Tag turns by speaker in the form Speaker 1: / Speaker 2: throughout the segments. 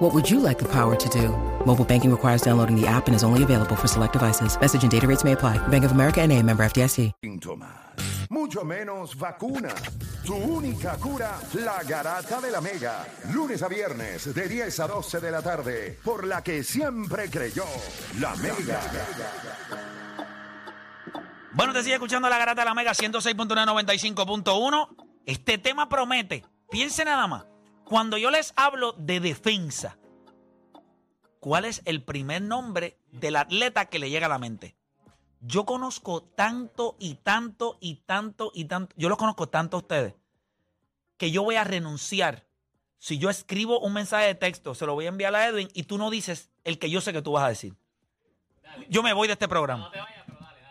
Speaker 1: What would you like the power to do? Mobile banking requires downloading the app and is only available for select devices. Message and data rates may apply. Bank of America and a member FDIC.
Speaker 2: síntomas, mucho menos vacuna. Tu única cura, la garata de la mega. Lunes a viernes de 10 a 12 de la tarde, por la que siempre creyó, la mega.
Speaker 3: Bueno, te sigue escuchando la garata de la Mega 106.195.1. Este tema promete. Piense nada más. Cuando yo les hablo de defensa, ¿cuál es el primer nombre del atleta que le llega a la mente? Yo conozco tanto y tanto y tanto y tanto. Yo los conozco tanto a ustedes que yo voy a renunciar. Si yo escribo un mensaje de texto, se lo voy a enviar a Edwin y tú no dices el que yo sé que tú vas a decir. Yo me voy de este programa.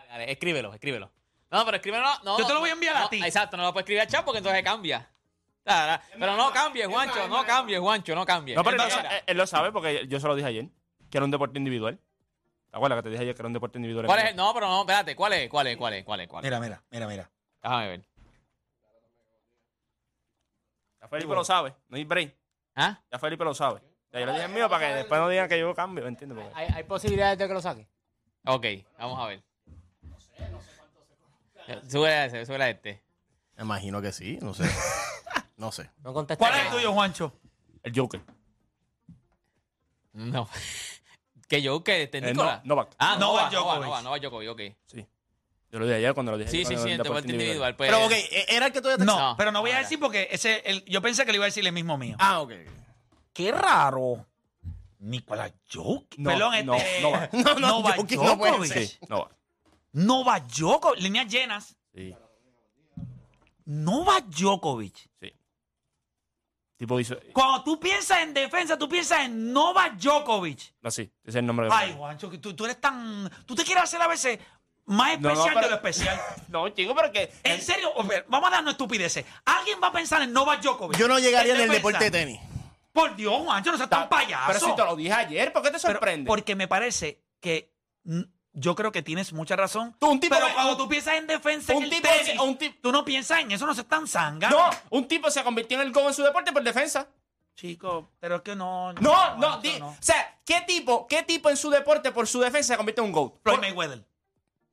Speaker 4: Dale, escríbelo, escríbelo. No, pero escríbelo. No, no,
Speaker 3: Yo te lo voy a enviar a
Speaker 4: no,
Speaker 3: ti.
Speaker 4: Exacto, no lo puedes escribir al chat porque entonces cambia. Da, da. Pero no cambie, Juancho, no cambie, Juancho, no cambie.
Speaker 5: No, pero él,
Speaker 4: Entonces,
Speaker 5: lo sa- él- él lo sabe porque yo se lo dije ayer, que era un deporte individual. ¿Te acuerdas que te dije ayer que era un deporte
Speaker 3: eh,
Speaker 5: individual?
Speaker 4: ¿Cuál es el? No, pero no, espérate, ¿cuál es? ¿Cuál es? ¿Cuál es? ¿Cuál es? ¿Cuál es?
Speaker 6: Mira, mira, mira, mira.
Speaker 4: Déjame ver.
Speaker 5: Ya Felipe lo sabe, no hay break.
Speaker 4: ¿Ah?
Speaker 5: Ya Felipe lo sabe. Ya yo le dije el mío para que después no digan que yo cambio, ¿me entiendes? Porque-
Speaker 7: ¿Hay, hay posibilidades de que lo saque?
Speaker 4: Ok, vamos a ver. Eh, Sube a ese, sube a este.
Speaker 6: Me imagino que sí, no sé. No sé.
Speaker 7: No contesta.
Speaker 3: ¿Cuál es el tuyo, Juancho?
Speaker 5: El Joker.
Speaker 4: No. que yo, que este,
Speaker 5: Eh, no-
Speaker 4: Nicolás.
Speaker 5: Novak.
Speaker 4: Ah,
Speaker 3: Novak
Speaker 4: Novak, Novak,
Speaker 3: Djokovic.
Speaker 4: Novak, Novak Djokovic, ok.
Speaker 5: Sí. Yo lo dije ayer cuando lo dije.
Speaker 4: Sí,
Speaker 5: que
Speaker 4: sí,
Speaker 5: era
Speaker 4: sí,
Speaker 5: un
Speaker 4: en deporte individual. pues-
Speaker 6: Pero ok, ¿e- ¿era el que todavía te-
Speaker 3: No,
Speaker 4: No.
Speaker 3: pero no voy a
Speaker 4: Ah,
Speaker 3: decir porque ese, el- yo pensé que le iba a decir el mismo mío.
Speaker 6: Ah, ok.
Speaker 3: qué raro. Nicolás Jokic.
Speaker 5: No,
Speaker 3: Perdón,
Speaker 5: no,
Speaker 3: este.
Speaker 5: no va.
Speaker 3: No, no, Novak
Speaker 6: Jokic no puede
Speaker 3: Djokovic.
Speaker 5: Sí, Novak.
Speaker 3: Novak Djokovic. Líneas llenas.
Speaker 5: Sí,
Speaker 3: Novak Djokovic.
Speaker 5: sí. Tipo dice.
Speaker 3: Cuando tú piensas en defensa, tú piensas en Novak Djokovic.
Speaker 5: No, sí, ese es el nombre de.
Speaker 3: Ay, Juancho, que tú, tú eres tan. Tú te quieres hacer a veces más
Speaker 5: No, no,
Speaker 3: especial
Speaker 5: pero-
Speaker 3: de lo especial.
Speaker 5: No, chico, pero que.
Speaker 3: En serio, a ver, vamos a darnos estupideces. ¿Alguien va a pensar en Novak Djokovic?
Speaker 6: Yo no llegaría en el
Speaker 3: defensa?
Speaker 6: deporte de tenis.
Speaker 3: Por Dios, Juancho, no seas tan payaso.
Speaker 5: Pero si te lo dije ayer, ¿por qué te
Speaker 3: Pero-
Speaker 5: sorprende?
Speaker 3: porque me parece que mm, yo creo que tienes mucha razón.
Speaker 5: Tú, un tipo
Speaker 3: pero
Speaker 5: que-
Speaker 3: cuando
Speaker 5: un-
Speaker 3: tú piensas en defensa, en
Speaker 5: un
Speaker 3: el
Speaker 5: tipo
Speaker 3: tenis,
Speaker 5: que- un tipo-
Speaker 3: tú no piensas en eso, no seas tan zanga.
Speaker 5: No, un tipo se convirtió en el go en su deporte por defensa.
Speaker 3: Chico, pero es que no.
Speaker 5: No, no,
Speaker 3: Juancho,
Speaker 5: di-
Speaker 3: no.
Speaker 5: o sea, ¿qué tipo, ¿qué tipo en su deporte por su defensa se convierte en un GOAT?
Speaker 3: Floyd
Speaker 5: Por-
Speaker 3: Mayweather.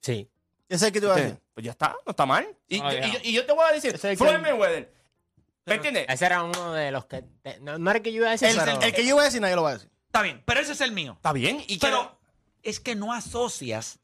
Speaker 7: Sí.
Speaker 6: Ese es el que te iba a decir.
Speaker 5: Pues ya está, no está mal. Y,
Speaker 4: No,
Speaker 5: y-
Speaker 4: ya.
Speaker 5: y yo, y yo te voy a decir,
Speaker 7: Ese es el que-
Speaker 5: Floyd Mayweather. ¿Me entiendes?
Speaker 7: Ese era uno de los que. te- no, no era el que yo iba a decir,
Speaker 6: El,
Speaker 7: pero.
Speaker 6: el que yo voy a decir, nadie lo va a decir.
Speaker 3: Está bien, pero ese es el mío.
Speaker 5: Está bien. Y que
Speaker 3: Pero es que no asocias.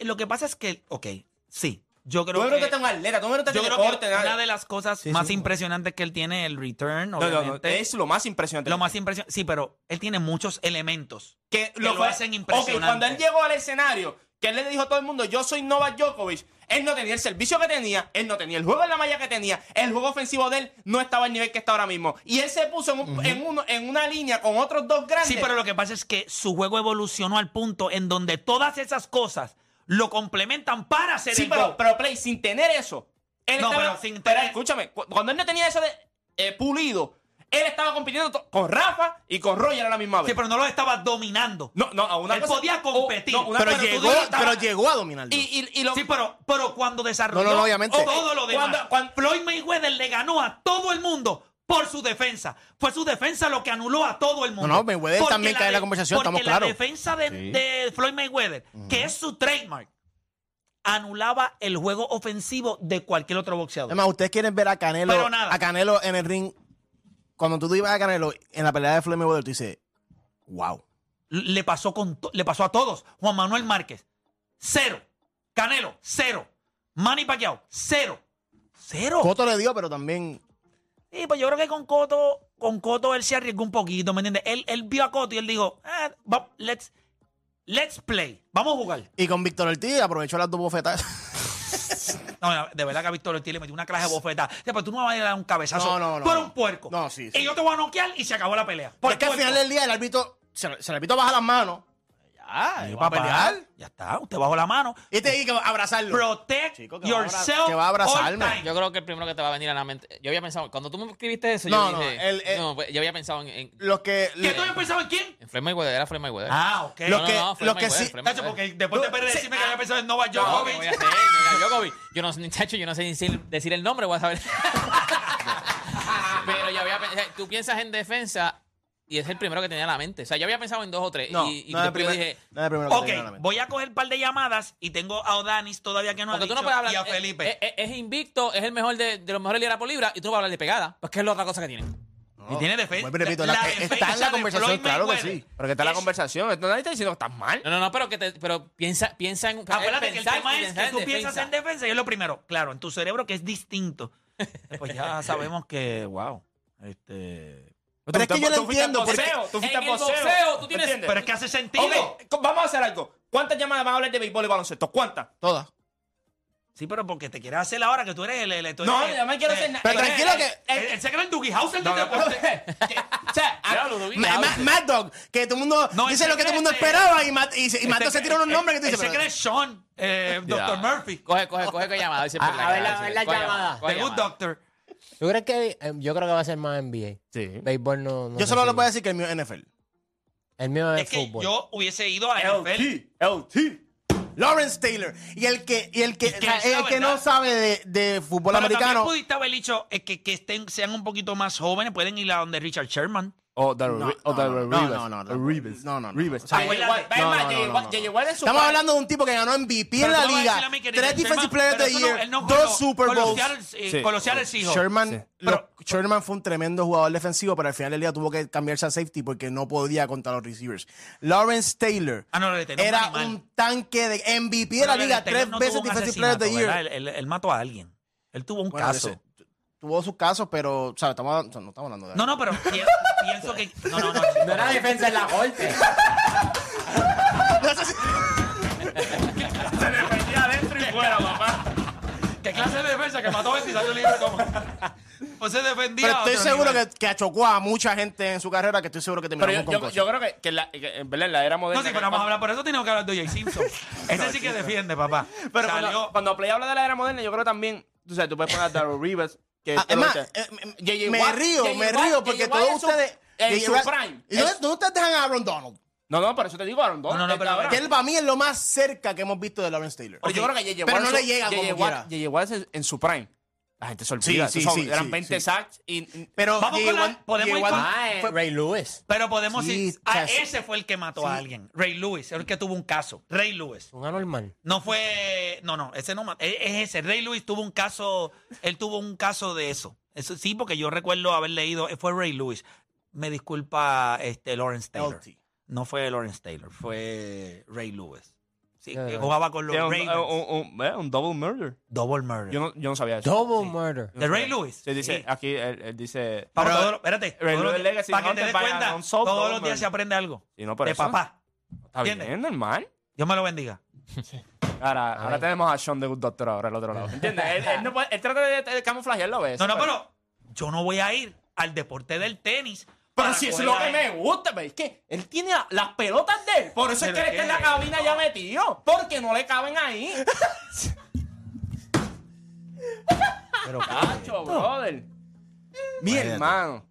Speaker 3: Lo que pasa es que, ok, sí, yo
Speaker 5: tú
Speaker 3: creo
Speaker 5: no
Speaker 3: que.
Speaker 5: eres un atleta, tú no eres
Speaker 3: yo
Speaker 5: un
Speaker 3: creo
Speaker 5: deporte.
Speaker 3: que
Speaker 5: nada.
Speaker 3: una de las cosas
Speaker 6: Sí,
Speaker 3: más
Speaker 6: sí.
Speaker 3: impresionantes que él tiene, el return,
Speaker 5: No, no,
Speaker 3: obviamente.
Speaker 5: no, es lo más impresionante.
Speaker 3: lo más impresionante. Sí, pero él tiene muchos elementos.
Speaker 5: que
Speaker 3: lo
Speaker 5: fue-
Speaker 3: hacen impresionante.
Speaker 5: Ok, cuando él llegó al escenario, que él le dijo a todo el mundo, yo soy Novak Djokovic, él no tenía el servicio que tenía, él no tenía el juego en la malla que tenía, el juego ofensivo de él no estaba al nivel que está ahora mismo. Y él se puso en, un- en uno- en una línea con otros dos grandes.
Speaker 3: Sí, pero lo que pasa es que su juego evolucionó al punto en donde todas esas cosas lo complementan para ser
Speaker 5: Sí,
Speaker 3: el
Speaker 5: pero,
Speaker 3: GOAT.
Speaker 5: pero Play, sin tener eso. Él
Speaker 3: No,
Speaker 5: estaba,
Speaker 3: pero sin
Speaker 5: pero
Speaker 3: tener-
Speaker 5: escúchame, cu- cuando él no tenía eso de eh, pulido, él estaba compitiendo to- con Rafa y con Roger a la misma vez.
Speaker 3: Sí, pero no lo estaba dominando.
Speaker 5: no, no, a una
Speaker 3: él
Speaker 5: cosa-
Speaker 3: podía
Speaker 5: o-
Speaker 3: competir.
Speaker 5: no, una
Speaker 6: Pero,
Speaker 5: cosa-
Speaker 6: llegó,
Speaker 5: tú dices,
Speaker 6: pero
Speaker 5: estaba-
Speaker 6: llegó a dominarlo.
Speaker 5: Y, y, y lo-
Speaker 3: Sí, pero, pero cuando desarrolló
Speaker 6: No, no, no, obviamente.
Speaker 3: todo lo demás,
Speaker 5: Cuando- cuando-
Speaker 3: Floyd Mayweather le ganó a todo el mundo por su defensa. Fue su defensa lo que anuló a todo el mundo.
Speaker 6: No, no, Mayweather
Speaker 3: Porque
Speaker 6: también cae en la
Speaker 3: de-
Speaker 6: conversación,
Speaker 3: porque
Speaker 6: estamos claros.
Speaker 3: la defensa de,
Speaker 6: Sí.
Speaker 3: de Floyd Mayweather, que es su trademark, anulaba el juego ofensivo de cualquier otro boxeador.
Speaker 6: Además, ustedes quieren ver a Canelo,
Speaker 3: Pero nada.
Speaker 6: a Canelo en el ring. Cuando tú ibas a Canelo en la pelea de Floyd Mayweather, tú dices, wow.
Speaker 3: le pasó, con to- le pasó a todos. Juan Manuel Márquez, cero. Canelo, cero. Manny Pacquiao, cero. Cero.
Speaker 6: Coto le dio, pero también...
Speaker 3: Sí, pues yo creo que con Coto, con Coto él se arriesgó un poquito, ¿me entiendes? Él, él vio a Coto y él dijo, "Ah, va- let's, let's play, vamos a jugar.
Speaker 6: Y con Víctor Ortiz aprovechó las dos bofetadas.
Speaker 3: No, no, de verdad que a Víctor Ortiz le metió una clase de bofetada. O sea, pero tú no me vas a dar un cabezazo.
Speaker 6: No, no, no,
Speaker 3: Tú eres
Speaker 6: no.
Speaker 3: un puerco.
Speaker 6: No, sí, sí.
Speaker 3: Y yo te voy a noquear y se acabó la pelea.
Speaker 6: Porque al
Speaker 3: Puerco.
Speaker 6: final del día el árbitro, se, se el árbitro baja las manos.
Speaker 5: Ya,
Speaker 3: Sí,
Speaker 5: va a
Speaker 3: papá,
Speaker 5: pelear.
Speaker 3: Ya está, usted bajó la mano.
Speaker 6: Y te dije que abrazarlo.
Speaker 3: Protect
Speaker 6: Chico, que va a abra-
Speaker 3: yourself.
Speaker 6: que va a abrazarme.
Speaker 3: all time.
Speaker 4: Yo creo que el primero que te va a venir a la mente. Yo había pensado, cuando tú me escribiste eso,
Speaker 6: No,
Speaker 4: yo
Speaker 6: no,
Speaker 4: dije.
Speaker 6: el- el-
Speaker 4: no, pues, yo había pensado en. en,
Speaker 6: Los que.
Speaker 3: ¿Qué tú habías pensado en quién?
Speaker 4: en Floyd Mayweather, era Floyd Mayweather.
Speaker 3: Ah, ok.
Speaker 6: Lo
Speaker 4: no,
Speaker 6: que-
Speaker 4: no, no, Floyd
Speaker 6: lo que
Speaker 4: Mayweather,
Speaker 6: sí-
Speaker 4: Floyd
Speaker 3: Tacho,
Speaker 4: Mayweather.
Speaker 3: porque después de perder decirme
Speaker 6: ah.
Speaker 3: que había pensado en Novak
Speaker 4: No, ¿qué voy a
Speaker 3: Djokovic.
Speaker 4: hacer? Novak Djokovic. Yo no, ni chacho, yo no sé ni si- decir el nombre, voy a saber. Pero yo había pensado, tú piensas en defensa y es el primero que tenía en la mente. O sea, yo había pensado en dos o tres.
Speaker 6: No,
Speaker 4: y y
Speaker 6: no es el
Speaker 4: después yo
Speaker 6: primer-
Speaker 4: dije,
Speaker 6: no es el primero que
Speaker 3: Ok,
Speaker 6: tenía en la mente.
Speaker 3: voy a coger un par de llamadas y tengo a Odanis todavía que no ha
Speaker 4: porque tú
Speaker 3: dicho
Speaker 4: no puedes hablar.
Speaker 3: y a
Speaker 4: eh,
Speaker 3: Felipe.
Speaker 4: eh, eh, Es, invicto, es el mejor de, de los mejores libra por libra y tú no vas a hablar de pegada. Pues que es la otra cosa que tiene.
Speaker 3: y tiene defensa.
Speaker 6: Vuelvo y repito, la- está en la conversación, claro que sí.
Speaker 5: Pero que está la conversación. Esto Nadie está diciendo que estás mal.
Speaker 4: No, no, no, pero que te, pero piensa, piensa en
Speaker 3: Acuérdate Ah, que el
Speaker 4: pensar
Speaker 3: tema
Speaker 4: y
Speaker 3: es
Speaker 4: pensar
Speaker 3: que
Speaker 4: en
Speaker 3: tú piensas
Speaker 4: defensa.
Speaker 3: en defensa y es lo primero. Claro, en tu cerebro que es distinto. Pues ya sabemos que, wow. Este...
Speaker 6: Pero es que yo no entiendo.
Speaker 5: Tú
Speaker 6: porque-
Speaker 5: fuiste al boxeo. Tú
Speaker 4: en
Speaker 5: fuiste al
Speaker 4: el
Speaker 5: boxeo.
Speaker 4: boxeo tú tienes-
Speaker 5: ¿Entiendes?
Speaker 3: Pero es que hace sentido.
Speaker 5: Ok, co- vamos a hacer algo. ¿Cuántas llamadas van a hablar de béisbol y baloncesto? ¿Cuántas?
Speaker 6: Todas.
Speaker 3: Sí, pero porque te quieres hacer ahora que tú eres el... el tú
Speaker 5: No,
Speaker 3: eres-
Speaker 5: yo no quiero
Speaker 3: eh,
Speaker 5: hacer nada.
Speaker 6: Pero tranquilo que-
Speaker 5: eh,
Speaker 3: El, el secreto en Dougie House el
Speaker 5: No, no,
Speaker 3: deporte.
Speaker 5: O sea,
Speaker 4: Ya, lo dubí.
Speaker 6: Ma- ma- Mad Dog, que todo el mundo
Speaker 3: No,
Speaker 6: dice
Speaker 3: ese
Speaker 6: lo que todo el mundo
Speaker 3: crece.
Speaker 6: esperaba y Mad, y, se- y Mad Dog se tira unos nombres que tú
Speaker 3: El
Speaker 6: dices.
Speaker 3: secreto
Speaker 6: pero-
Speaker 3: es Sean, eh, Dr. Murphy.
Speaker 4: Coge, coge, coge que llamada.
Speaker 7: A- a ver la- a ver la llamada.
Speaker 3: The Good Doctor.
Speaker 7: ¿Tú crees que.? eh, yo creo que va a ser más NBA.
Speaker 6: Sí.
Speaker 7: Béisbol no. no
Speaker 6: Yo
Speaker 7: sé
Speaker 6: solo
Speaker 7: si-
Speaker 6: le puedo decir que el mío es NFL.
Speaker 7: El mío es,
Speaker 3: Es que
Speaker 7: fútbol.
Speaker 3: yo hubiese ido a la NFL.
Speaker 5: LT, LT.
Speaker 6: Lawrence Taylor. Y el que, y el que,
Speaker 3: Es que
Speaker 6: o sea,
Speaker 3: esa es
Speaker 6: el que
Speaker 3: verdad.
Speaker 6: no sabe de, de fútbol
Speaker 3: Pero también
Speaker 6: americano.
Speaker 3: pudiste haber dicho eh, que, que estén, sean un poquito más jóvenes, pueden ir a donde Richard Sherman.
Speaker 5: O Darrell
Speaker 6: No,
Speaker 5: Ri- o
Speaker 6: no,
Speaker 5: Darrell
Speaker 6: no,
Speaker 5: Rivers.
Speaker 6: no, no, no.
Speaker 5: O Rivers.
Speaker 6: No, no, no.
Speaker 5: Rivers.
Speaker 6: O sea,
Speaker 5: J.J. Watt.
Speaker 3: acuérdate,
Speaker 5: No,
Speaker 3: ve
Speaker 5: no,
Speaker 3: más,
Speaker 5: no,
Speaker 6: J.J.
Speaker 5: no,
Speaker 6: Watt,
Speaker 5: no.
Speaker 6: J.J.
Speaker 5: Watt es su
Speaker 6: Estamos
Speaker 5: padre.
Speaker 6: hablando de un tipo que ganó MVP
Speaker 3: Pero
Speaker 6: en
Speaker 3: tú no vas
Speaker 6: la
Speaker 3: a decirle
Speaker 6: liga,
Speaker 3: a mí que
Speaker 6: tres
Speaker 3: Richard
Speaker 6: Defensive
Speaker 3: Sherman-
Speaker 6: Players
Speaker 3: pero
Speaker 6: del
Speaker 3: eso no,
Speaker 6: Year,
Speaker 3: él no jugó
Speaker 6: dos Super
Speaker 3: con los
Speaker 6: Bowls.
Speaker 3: Seattle, eh, Con los Seattle Seahawks.
Speaker 6: Sherman, lo-
Speaker 3: Pero-
Speaker 6: Sherman fue un tremendo jugador defensivo, pero al final del día tuvo que cambiarse a safety porque no podía contra los receivers. Lawrence Taylor
Speaker 3: Ah, no, no, le tenía un
Speaker 6: era
Speaker 3: animal.
Speaker 6: un tanque de MVP de
Speaker 3: Pero
Speaker 6: la
Speaker 3: el
Speaker 6: liga,
Speaker 3: Taylor
Speaker 6: tres
Speaker 3: no tuvo
Speaker 6: veces
Speaker 3: un
Speaker 6: Defensive Player
Speaker 3: asesinato,
Speaker 6: of the Year.
Speaker 3: ¿verdad? Él, él- él mató a alguien. Él tuvo un
Speaker 6: Bueno,
Speaker 3: caso.
Speaker 6: ese- tuvo sus casos, pero, o sea, estamos, no estamos hablando de
Speaker 3: No, no, pero pien- pienso que. No, no, no.
Speaker 7: No era defensa en la corte.
Speaker 5: Se le metía adentro y fuera, papá.
Speaker 3: ¿Qué clase de defensa que mató a 20 y salió libre como? Pues se defendía.
Speaker 6: Pero
Speaker 3: a
Speaker 6: estoy
Speaker 3: otro
Speaker 6: seguro
Speaker 3: nivel.
Speaker 6: que, que achocó a mucha gente en su carrera que estoy seguro que terminó
Speaker 5: Pero yo,
Speaker 6: con
Speaker 5: yo,
Speaker 6: cosas.
Speaker 5: yo creo que, que, en la, que en verdad, en la era
Speaker 3: No,
Speaker 5: moderna.
Speaker 3: sí, pero vamos a hablar. Por eso tenemos que hablar de O.J. Simpson. Ese sí que defiende, papá.
Speaker 5: Pero
Speaker 3: Salió.
Speaker 5: cuando, cuando Play habla de la era moderna, yo creo también. Tú sabes, tú puedes poner a Darrell Rivers. Que
Speaker 6: Ah,
Speaker 5: te
Speaker 6: es
Speaker 5: lo
Speaker 6: más,
Speaker 5: dice.
Speaker 6: eh, eh,
Speaker 5: J.J.
Speaker 6: me
Speaker 5: Watt-
Speaker 6: río,
Speaker 5: J.J.
Speaker 6: me
Speaker 5: Watt-
Speaker 6: río, porque
Speaker 5: J.J. Watt
Speaker 6: todos
Speaker 5: es su-
Speaker 6: ustedes...
Speaker 5: En
Speaker 6: J.J.
Speaker 5: su
Speaker 6: Watt-
Speaker 5: prime.
Speaker 6: ¿Y dónde, dónde ustedes dejan a Aaron Donald?
Speaker 5: No, no, por eso te digo Aaron Donald.
Speaker 3: No, no, no,
Speaker 5: es
Speaker 3: pero-
Speaker 5: la hora.
Speaker 6: Que él para mí es lo más cerca que hemos visto de Lawrence Taylor.
Speaker 5: Pero yo creo que J.J.
Speaker 6: Pero
Speaker 5: Watt
Speaker 6: no
Speaker 5: en
Speaker 6: le
Speaker 5: su-
Speaker 6: llega como
Speaker 5: J.J.
Speaker 6: quiera.
Speaker 5: Watt- J.J. Watt es en su prime. La gente se olvida.
Speaker 6: Sí, sí,
Speaker 5: Son-
Speaker 6: sí,
Speaker 5: Eran
Speaker 6: sí,
Speaker 5: 20
Speaker 6: sí.
Speaker 5: sacks y...
Speaker 6: Pero
Speaker 3: Vamos
Speaker 6: J.J.
Speaker 3: con la-
Speaker 6: Watt-
Speaker 3: podemos
Speaker 6: J.J.
Speaker 3: ir
Speaker 6: Watt-
Speaker 3: con-
Speaker 7: Ah, eh, Ray Lewis.
Speaker 3: Pero podemos
Speaker 6: Sí,
Speaker 3: ir. A
Speaker 6: chas-
Speaker 3: ese fue el que mató a
Speaker 6: Sí.
Speaker 3: alguien. Ray Lewis, el que tuvo un caso. Ray Lewis.
Speaker 7: Un anormal.
Speaker 3: No fue. No, no, ese no ma- e- Es ese. Ray Lewis tuvo un caso. Él tuvo un caso de eso. Eso sí, porque yo recuerdo haber leído. eh, Fue Ray Lewis. Me disculpa, este, Lawrence Taylor.
Speaker 6: LT.
Speaker 3: No fue Lawrence Taylor, fue Ray Lewis. Sí,
Speaker 7: Ya,
Speaker 3: que
Speaker 7: ya.
Speaker 3: jugaba con los
Speaker 5: Tiene un,
Speaker 3: Ravens.
Speaker 5: un- un- eh, un double murder.
Speaker 3: Double murder.
Speaker 5: Yo no, yo no sabía eso.
Speaker 7: Double murder.
Speaker 3: ¿De Ray Lewis?
Speaker 5: Sí, dice, ah,
Speaker 3: Sí.
Speaker 5: aquí él, él dice...
Speaker 3: Vamos,
Speaker 6: Pero-
Speaker 3: todo lo- espérate. todos
Speaker 5: Ray
Speaker 3: los
Speaker 5: Lewis
Speaker 3: días-
Speaker 5: Legacy
Speaker 3: para que te
Speaker 5: Hunter
Speaker 3: des
Speaker 5: by
Speaker 3: cuenta,
Speaker 5: Aaron Saul,
Speaker 3: todos
Speaker 5: double
Speaker 3: los días
Speaker 5: murder.
Speaker 3: se aprende algo.
Speaker 5: Si no, por
Speaker 3: De
Speaker 5: eso.
Speaker 3: papá.
Speaker 5: Está bien,
Speaker 3: ¿Entiendes?
Speaker 5: normal.
Speaker 3: Dios me lo bendiga.
Speaker 5: Ahora, ahora tenemos a Sean de Good Doctor ahora al otro lado. ¿Entiendes? él, él no puede- él trata de, de camuflajearlo, ¿ves?
Speaker 3: No, no, pero yo no voy a ir al deporte del tenis.
Speaker 5: Pero
Speaker 3: para
Speaker 5: si eso es
Speaker 3: coger
Speaker 5: lo
Speaker 3: a
Speaker 5: que
Speaker 3: él.
Speaker 5: me gusta, ¿ves? Es que él tiene la- las pelotas de él. Por eso es que
Speaker 3: Pero
Speaker 5: él está en la
Speaker 3: qué-
Speaker 5: cabina ya metido. Porque no le caben ahí.
Speaker 3: Pero,
Speaker 5: Cacho, brother. Mi
Speaker 6: Imagínate.
Speaker 5: hermano.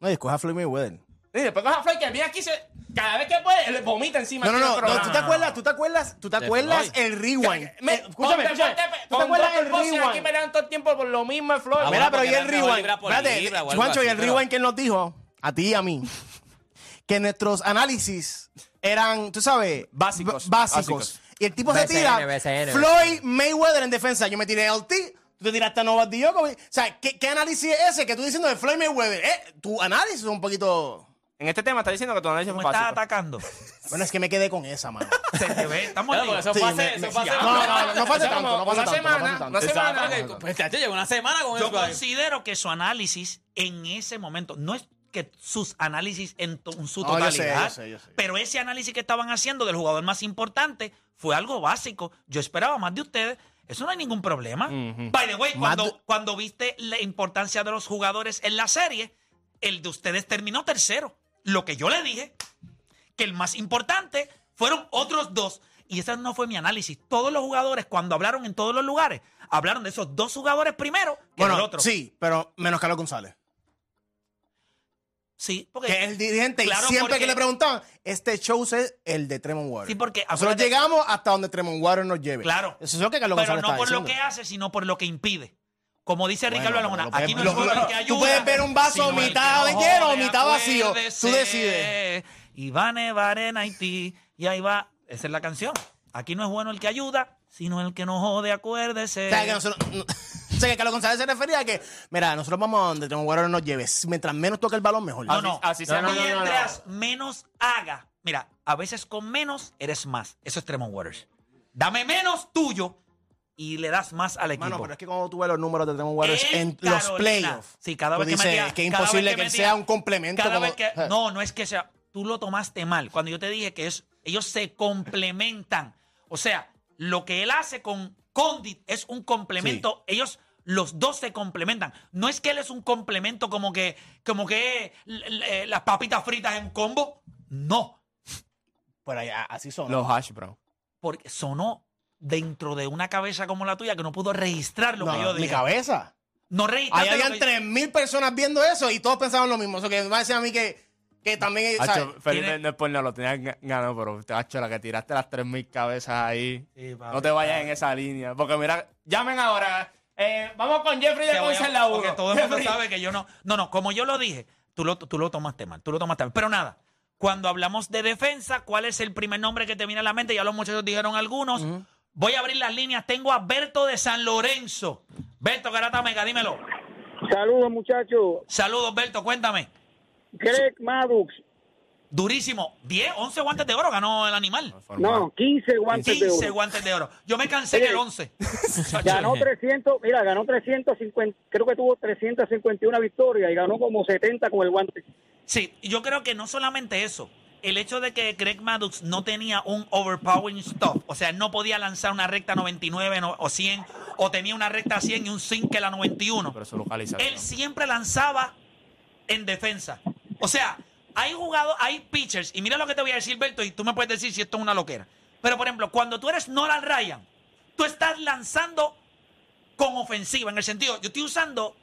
Speaker 6: No, y escoja a Floyd Mayweather.
Speaker 5: Y después coge a Floyd que viene aquí se, cada vez que puede, él le vomita encima.
Speaker 6: No, no,
Speaker 5: aquí en el
Speaker 6: no, no,
Speaker 5: programa.
Speaker 6: ¿tú te acuerdas? ¿Tú te acuerdas? ¿Tú te acuerdas el rewind?
Speaker 5: Me-
Speaker 6: Eh, Escúchame,
Speaker 5: ponte-
Speaker 6: escúchame.
Speaker 5: ponte-
Speaker 6: ¿Tú te
Speaker 5: con
Speaker 6: acuerdas
Speaker 5: dos
Speaker 6: el
Speaker 5: esposos Aquí
Speaker 6: rewind?
Speaker 5: pelean todo el tiempo por lo mismo, Floyd.
Speaker 4: Ah,
Speaker 5: Mira,
Speaker 4: bueno,
Speaker 6: Mira, pero
Speaker 4: porque
Speaker 6: y el
Speaker 4: eran dos
Speaker 6: rewind.
Speaker 4: libras por libra o
Speaker 6: Espérate,
Speaker 4: algo
Speaker 6: Juancho, y
Speaker 4: así,
Speaker 6: el
Speaker 4: pero-
Speaker 6: rewind que él nos dijo, a ti y a mí, que nuestros análisis eran, tú sabes,
Speaker 5: Básicos,
Speaker 6: b- básicos.
Speaker 5: básicos.
Speaker 6: Y el tipo se
Speaker 7: BCN,
Speaker 6: tira
Speaker 7: BCN.
Speaker 6: Floyd Mayweather en defensa. Yo me tiré LT, tú te tiraste a Novak Djokovic. O sea, ¿qué, qué análisis es ese que tú diciendo de Floyd Mayweather? Eh, tu análisis es un poquito...
Speaker 5: en este tema está diciendo que tu análisis
Speaker 3: ¿Cómo
Speaker 5: fue
Speaker 3: estás
Speaker 5: básico.
Speaker 3: atacando?
Speaker 6: Bueno, es que me quedé con esa, mano.
Speaker 3: Se te ve, estamos
Speaker 4: Claro,
Speaker 3: amigos.
Speaker 4: porque eso
Speaker 6: Sí,
Speaker 4: fue hace-
Speaker 6: me- me-
Speaker 4: eso fue hace-
Speaker 6: No, no, no, no pasa
Speaker 5: O sea, como
Speaker 6: tanto, no
Speaker 5: una
Speaker 6: pasa tanto, no pasa
Speaker 5: semana,
Speaker 6: tanto.
Speaker 5: una semana.
Speaker 4: Exacto, que- pues, chacho, llevo una semana con
Speaker 3: Yo
Speaker 4: eso ahí.
Speaker 3: considero que su análisis en ese momento, no es que sus análisis en, to- en su
Speaker 6: No, yo
Speaker 3: totalidad,
Speaker 6: sé, yo sé, yo sé.
Speaker 3: pero ese análisis que estaban haciendo del jugador más importante fue algo básico. Yo esperaba más de ustedes. Eso no hay ningún problema. By the way,
Speaker 6: Más
Speaker 3: cuando,
Speaker 6: de-
Speaker 3: cuando viste la importancia de los jugadores en la serie, el de ustedes terminó tercero. Lo que yo le dije, que el más importante fueron otros dos. Y ese no fue mi análisis. Todos los jugadores, cuando hablaron en todos los lugares, hablaron de esos dos jugadores primero que del
Speaker 6: Bueno,
Speaker 3: otro.
Speaker 6: sí, pero menos Carlos González.
Speaker 3: Sí, porque.
Speaker 6: Que es el dirigente.
Speaker 3: Claro,
Speaker 6: y siempre
Speaker 3: porque-
Speaker 6: que le preguntaban, este show es el de Tremont Water.
Speaker 3: Sí, porque
Speaker 6: Nosotros
Speaker 3: acuérdate-
Speaker 6: llegamos hasta donde Tremont Water nos lleve.
Speaker 3: Claro.
Speaker 6: Eso es lo que Carlos
Speaker 3: pero
Speaker 6: González
Speaker 3: no
Speaker 6: está
Speaker 3: por lo que
Speaker 6: diciendo.
Speaker 3: hace, sino por lo que impide. Como dice
Speaker 6: Bueno,
Speaker 3: Ricardo Arjona,
Speaker 6: lo puedes-
Speaker 3: aquí no
Speaker 6: lo-
Speaker 3: es solo el que
Speaker 6: tú
Speaker 3: ayuda.
Speaker 6: puedes ver un vaso
Speaker 3: sino el
Speaker 6: mitad
Speaker 3: que no
Speaker 6: lleno o
Speaker 3: jode,
Speaker 6: mitad vacío. Tú
Speaker 3: acuérdese.
Speaker 6: decides.
Speaker 3: Y va a nevar en Haití. Y ahí va. Esa es la canción. Aquí no es bueno el que ayuda, sino el que no jode, acuérdese.
Speaker 6: O sea, que nosotros- no- o sea, que Carlos González se refería a que, mira, nosotros vamos a donde Tremont Water nos lleve. Mientras menos toque el balón, mejor.
Speaker 3: No, no.
Speaker 5: así
Speaker 7: se- no, no, no, no, no.
Speaker 3: Mientras menos haga. Mira, a veces con menos eres más. Eso es Tremont Waters. Dame menos tuyo y le das más al equipo.
Speaker 6: Mano, pero es que cuando tú ves los números de Tremont Waters
Speaker 3: En
Speaker 6: en, los
Speaker 3: Carolina.
Speaker 6: playoffs,
Speaker 3: Sí, cada
Speaker 6: tú
Speaker 3: vez que
Speaker 6: dices,
Speaker 3: metía-
Speaker 6: es que es
Speaker 3: cada vez
Speaker 6: imposible
Speaker 3: que
Speaker 6: que, él
Speaker 3: metía-
Speaker 6: sea un complemento.
Speaker 3: Cada
Speaker 6: como-
Speaker 3: vez que.
Speaker 6: Eh.
Speaker 3: No, no es que sea. Tú lo tomaste mal. Cuando yo te dije que es, ellos se complementan. O sea, lo que él hace con Condit es un complemento. Ellos. Los dos se complementan. No es que él es un complemento como que, como que l- l- eh, las papitas fritas en combo. No.
Speaker 6: Por ahí, a- así son.
Speaker 5: Los hash, bro.
Speaker 3: Porque sonó dentro de una cabeza como la tuya que no pudo registrar lo
Speaker 6: No,
Speaker 3: que yo
Speaker 6: mi
Speaker 3: dije.
Speaker 6: cabeza.
Speaker 3: No
Speaker 6: Ahí
Speaker 3: registraste. lo
Speaker 6: habían
Speaker 3: que-
Speaker 6: 3.000 personas viendo eso y todos pensaban lo mismo. Eso que me va a decir a mí que, que también. ¿sabes?
Speaker 5: Hacho, Felipe,
Speaker 3: Tiene-
Speaker 5: no es por nada, lo tenías ga- ganado, pero te la que tiraste las 3.000 cabezas ahí.
Speaker 3: Sí, papi,
Speaker 5: no te vayas en esa línea. Porque mira, llamen ahora. Eh, vamos con Jeffrey de
Speaker 3: Te voy a-
Speaker 5: Ponce en la
Speaker 3: porque
Speaker 5: 1.
Speaker 3: todo el mundo sabe que yo no. No, no, como yo lo dije, tú lo, tú lo tomaste mal, tú lo tomaste mal. Pero nada, cuando hablamos de defensa, ¿cuál es el primer nombre que te viene a la mente? Ya los muchachos dijeron algunos. Voy a abrir las líneas. Tengo a Berto de San Lorenzo. Berto Garata Mega, dímelo.
Speaker 8: Saludos, muchachos.
Speaker 3: Saludos, Berto, cuéntame.
Speaker 8: Greg Maddox.
Speaker 3: Durísimo. 10, 11 guantes de oro ganó el animal.
Speaker 8: No, 15 guantes de
Speaker 3: 15
Speaker 8: oro.
Speaker 3: guantes de oro. Yo me cansé en
Speaker 8: Oye,
Speaker 3: el 11.
Speaker 8: Ganó 300, mira, ganó 350, creo que tuvo 351 victorias y ganó como 70 con el guante.
Speaker 3: Sí, yo creo que no solamente eso. El hecho de que Greg Maddux no tenía un overpowering stop, o sea, no podía lanzar una recta 99 no- o 100, o tenía una recta 100 y un single a 91.
Speaker 5: Pero su localización.
Speaker 3: Él siempre lanzaba en defensa. O sea, hay jugado, hay pitchers, y mira lo que te voy a decir, Berto, y tú me puedes decir si esto es una loquera. Pero, por ejemplo, cuando tú eres Nolan Ryan, tú estás lanzando con ofensiva, en el sentido, yo estoy usando,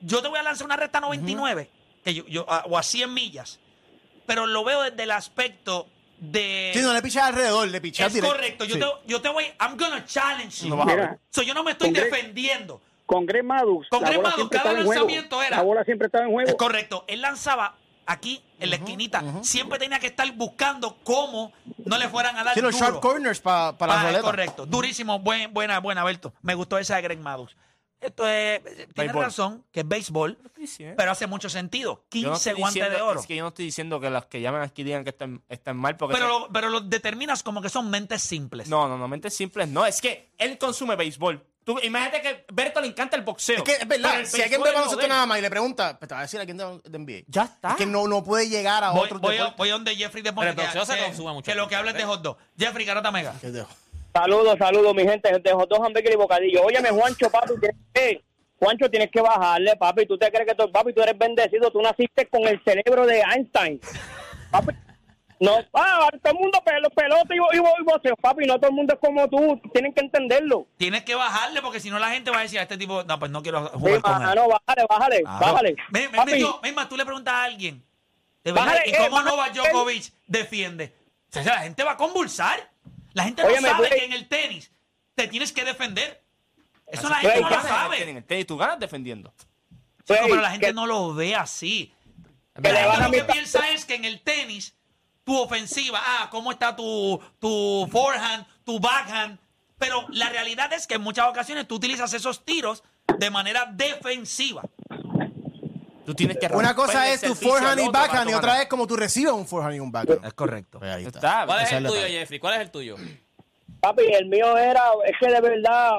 Speaker 3: yo te voy a lanzar una recta 99, que yo, yo- a- o a 100 millas, pero lo veo desde el aspecto de...
Speaker 6: Sí, no le pichas alrededor, le pichas
Speaker 3: es
Speaker 6: directo.
Speaker 3: correcto, yo,
Speaker 6: Sí.
Speaker 3: te, yo te voy, I'm gonna challenge you.
Speaker 5: No vas a
Speaker 8: Mira,
Speaker 3: So, yo no me estoy
Speaker 8: Con Greg-
Speaker 3: defendiendo.
Speaker 8: con Greg Maddox.
Speaker 3: Con
Speaker 8: la
Speaker 3: Greg
Speaker 8: bola
Speaker 3: Maddux,
Speaker 8: siempre
Speaker 3: cada
Speaker 8: estaba en juego.
Speaker 3: lanzamiento era-
Speaker 8: La bola siempre estaba en
Speaker 3: Es
Speaker 8: juego.
Speaker 3: correcto. Él lanzaba aquí en la esquinita. Siempre tenía que estar buscando cómo no le fueran a dar.
Speaker 6: Sí, los
Speaker 3: duro.
Speaker 6: sharp corners pa- para
Speaker 3: Ah,
Speaker 6: la
Speaker 3: es
Speaker 6: boleta.
Speaker 3: correcto. Durísimo. Buen, buena, buena, Alberto. Me gustó esa de Greg Maddux. Esto es. Tienes
Speaker 5: Béisbol.
Speaker 3: razón que es béisbol, pero hace mucho sentido. 15 guantes de oro.
Speaker 5: Es eh. que yo no estoy diciendo que las que llaman aquí digan que están, están mal. Porque
Speaker 3: Pero, lo, pero lo determinas como que son mentes simples.
Speaker 5: No, normalmente es simple. No, es que él consume béisbol. Tú, imagínate que Berto le encanta el boxeo.
Speaker 6: Es que es
Speaker 5: Pero
Speaker 6: verdad,
Speaker 5: el
Speaker 6: si alguien
Speaker 5: béisbol es lo
Speaker 6: ve
Speaker 5: de
Speaker 6: baloncesto
Speaker 5: él.
Speaker 6: nada más y le pregunta, pues te va a decir a quién de, de NBA.
Speaker 5: Ya está.
Speaker 6: Es que no, no puede llegar a
Speaker 3: Voy,
Speaker 6: otros
Speaker 3: voy, a-
Speaker 6: deportes.
Speaker 3: voy a donde Jeffrey de Ponce,
Speaker 4: Pero el boxeo se
Speaker 3: que-
Speaker 4: consume mucho. ¿eh?
Speaker 3: Que lo que habla es de hot dog. Jeffrey Garata Mega.
Speaker 6: Que dejo.
Speaker 8: Saludos, saludos, mi gente. De los dos hamburguesas y bocadillo. Óyeme, Juancho, papi. tienes que- Juancho, tienes que bajarle, papi. Tú te crees que tú, papi, tú eres bendecido. Tú naciste con el cerebro de Einstein. Papi. No, ah, todo el mundo pelo, pelota y, bo- y, bo- y boceo. Papi, no todo el mundo es como tú. Tienen que entenderlo.
Speaker 3: Tienes que bajarle porque si no la gente va a decir a este tipo, no, pues no quiero
Speaker 8: Sí,
Speaker 3: jugar con él.
Speaker 8: ah, no, bájale, bájale,
Speaker 3: Claro.
Speaker 8: bájale.
Speaker 3: Me- me-
Speaker 8: Papi,
Speaker 3: yo- misma, tú le preguntas a alguien. de verdad,
Speaker 8: Bájale,
Speaker 3: ¿Y
Speaker 8: eh,
Speaker 3: cómo
Speaker 8: bájale,
Speaker 3: Novak
Speaker 8: eh.
Speaker 3: Djokovic defiende? O sea, la gente va a convulsar. La gente no
Speaker 8: Óyeme, pues,
Speaker 3: sabe
Speaker 8: Blake.
Speaker 3: que en el tenis te tienes que defender. Eso
Speaker 5: Así
Speaker 3: la
Speaker 5: que
Speaker 8: Pues,
Speaker 3: gente
Speaker 5: tú
Speaker 3: no lo
Speaker 5: ganas en el tenis,
Speaker 3: sabe.
Speaker 5: en el tenis, tú ganas defendiendo.
Speaker 8: Blake,
Speaker 3: Chico, pero la gente
Speaker 8: pues, que-
Speaker 3: no lo ve así.
Speaker 8: que Pues, le
Speaker 3: La gente
Speaker 8: baja
Speaker 3: lo que
Speaker 8: mitad.
Speaker 3: piensa es que en el tenis, tu ofensiva, ah, cómo está tu, tu forehand, tu backhand. Pero la realidad es que en muchas ocasiones tú utilizas esos tiros de manera defensiva.
Speaker 5: Tú tienes que
Speaker 6: Una cosa
Speaker 5: romperle
Speaker 6: es tu
Speaker 5: el servicio
Speaker 6: forehand
Speaker 5: al
Speaker 6: y
Speaker 5: otro para
Speaker 6: backhand y
Speaker 5: tú
Speaker 6: otra
Speaker 5: ganar.
Speaker 6: es como tú recibes un forehand y un backhand.
Speaker 3: Es correcto.
Speaker 6: Pues ahí está.
Speaker 5: Está,
Speaker 4: ¿Cuál es el
Speaker 6: Esa es la
Speaker 4: tuyo,
Speaker 6: talla.
Speaker 4: Jeffrey? ¿Cuál es el tuyo?
Speaker 8: Papi, el mío era, es que de verdad,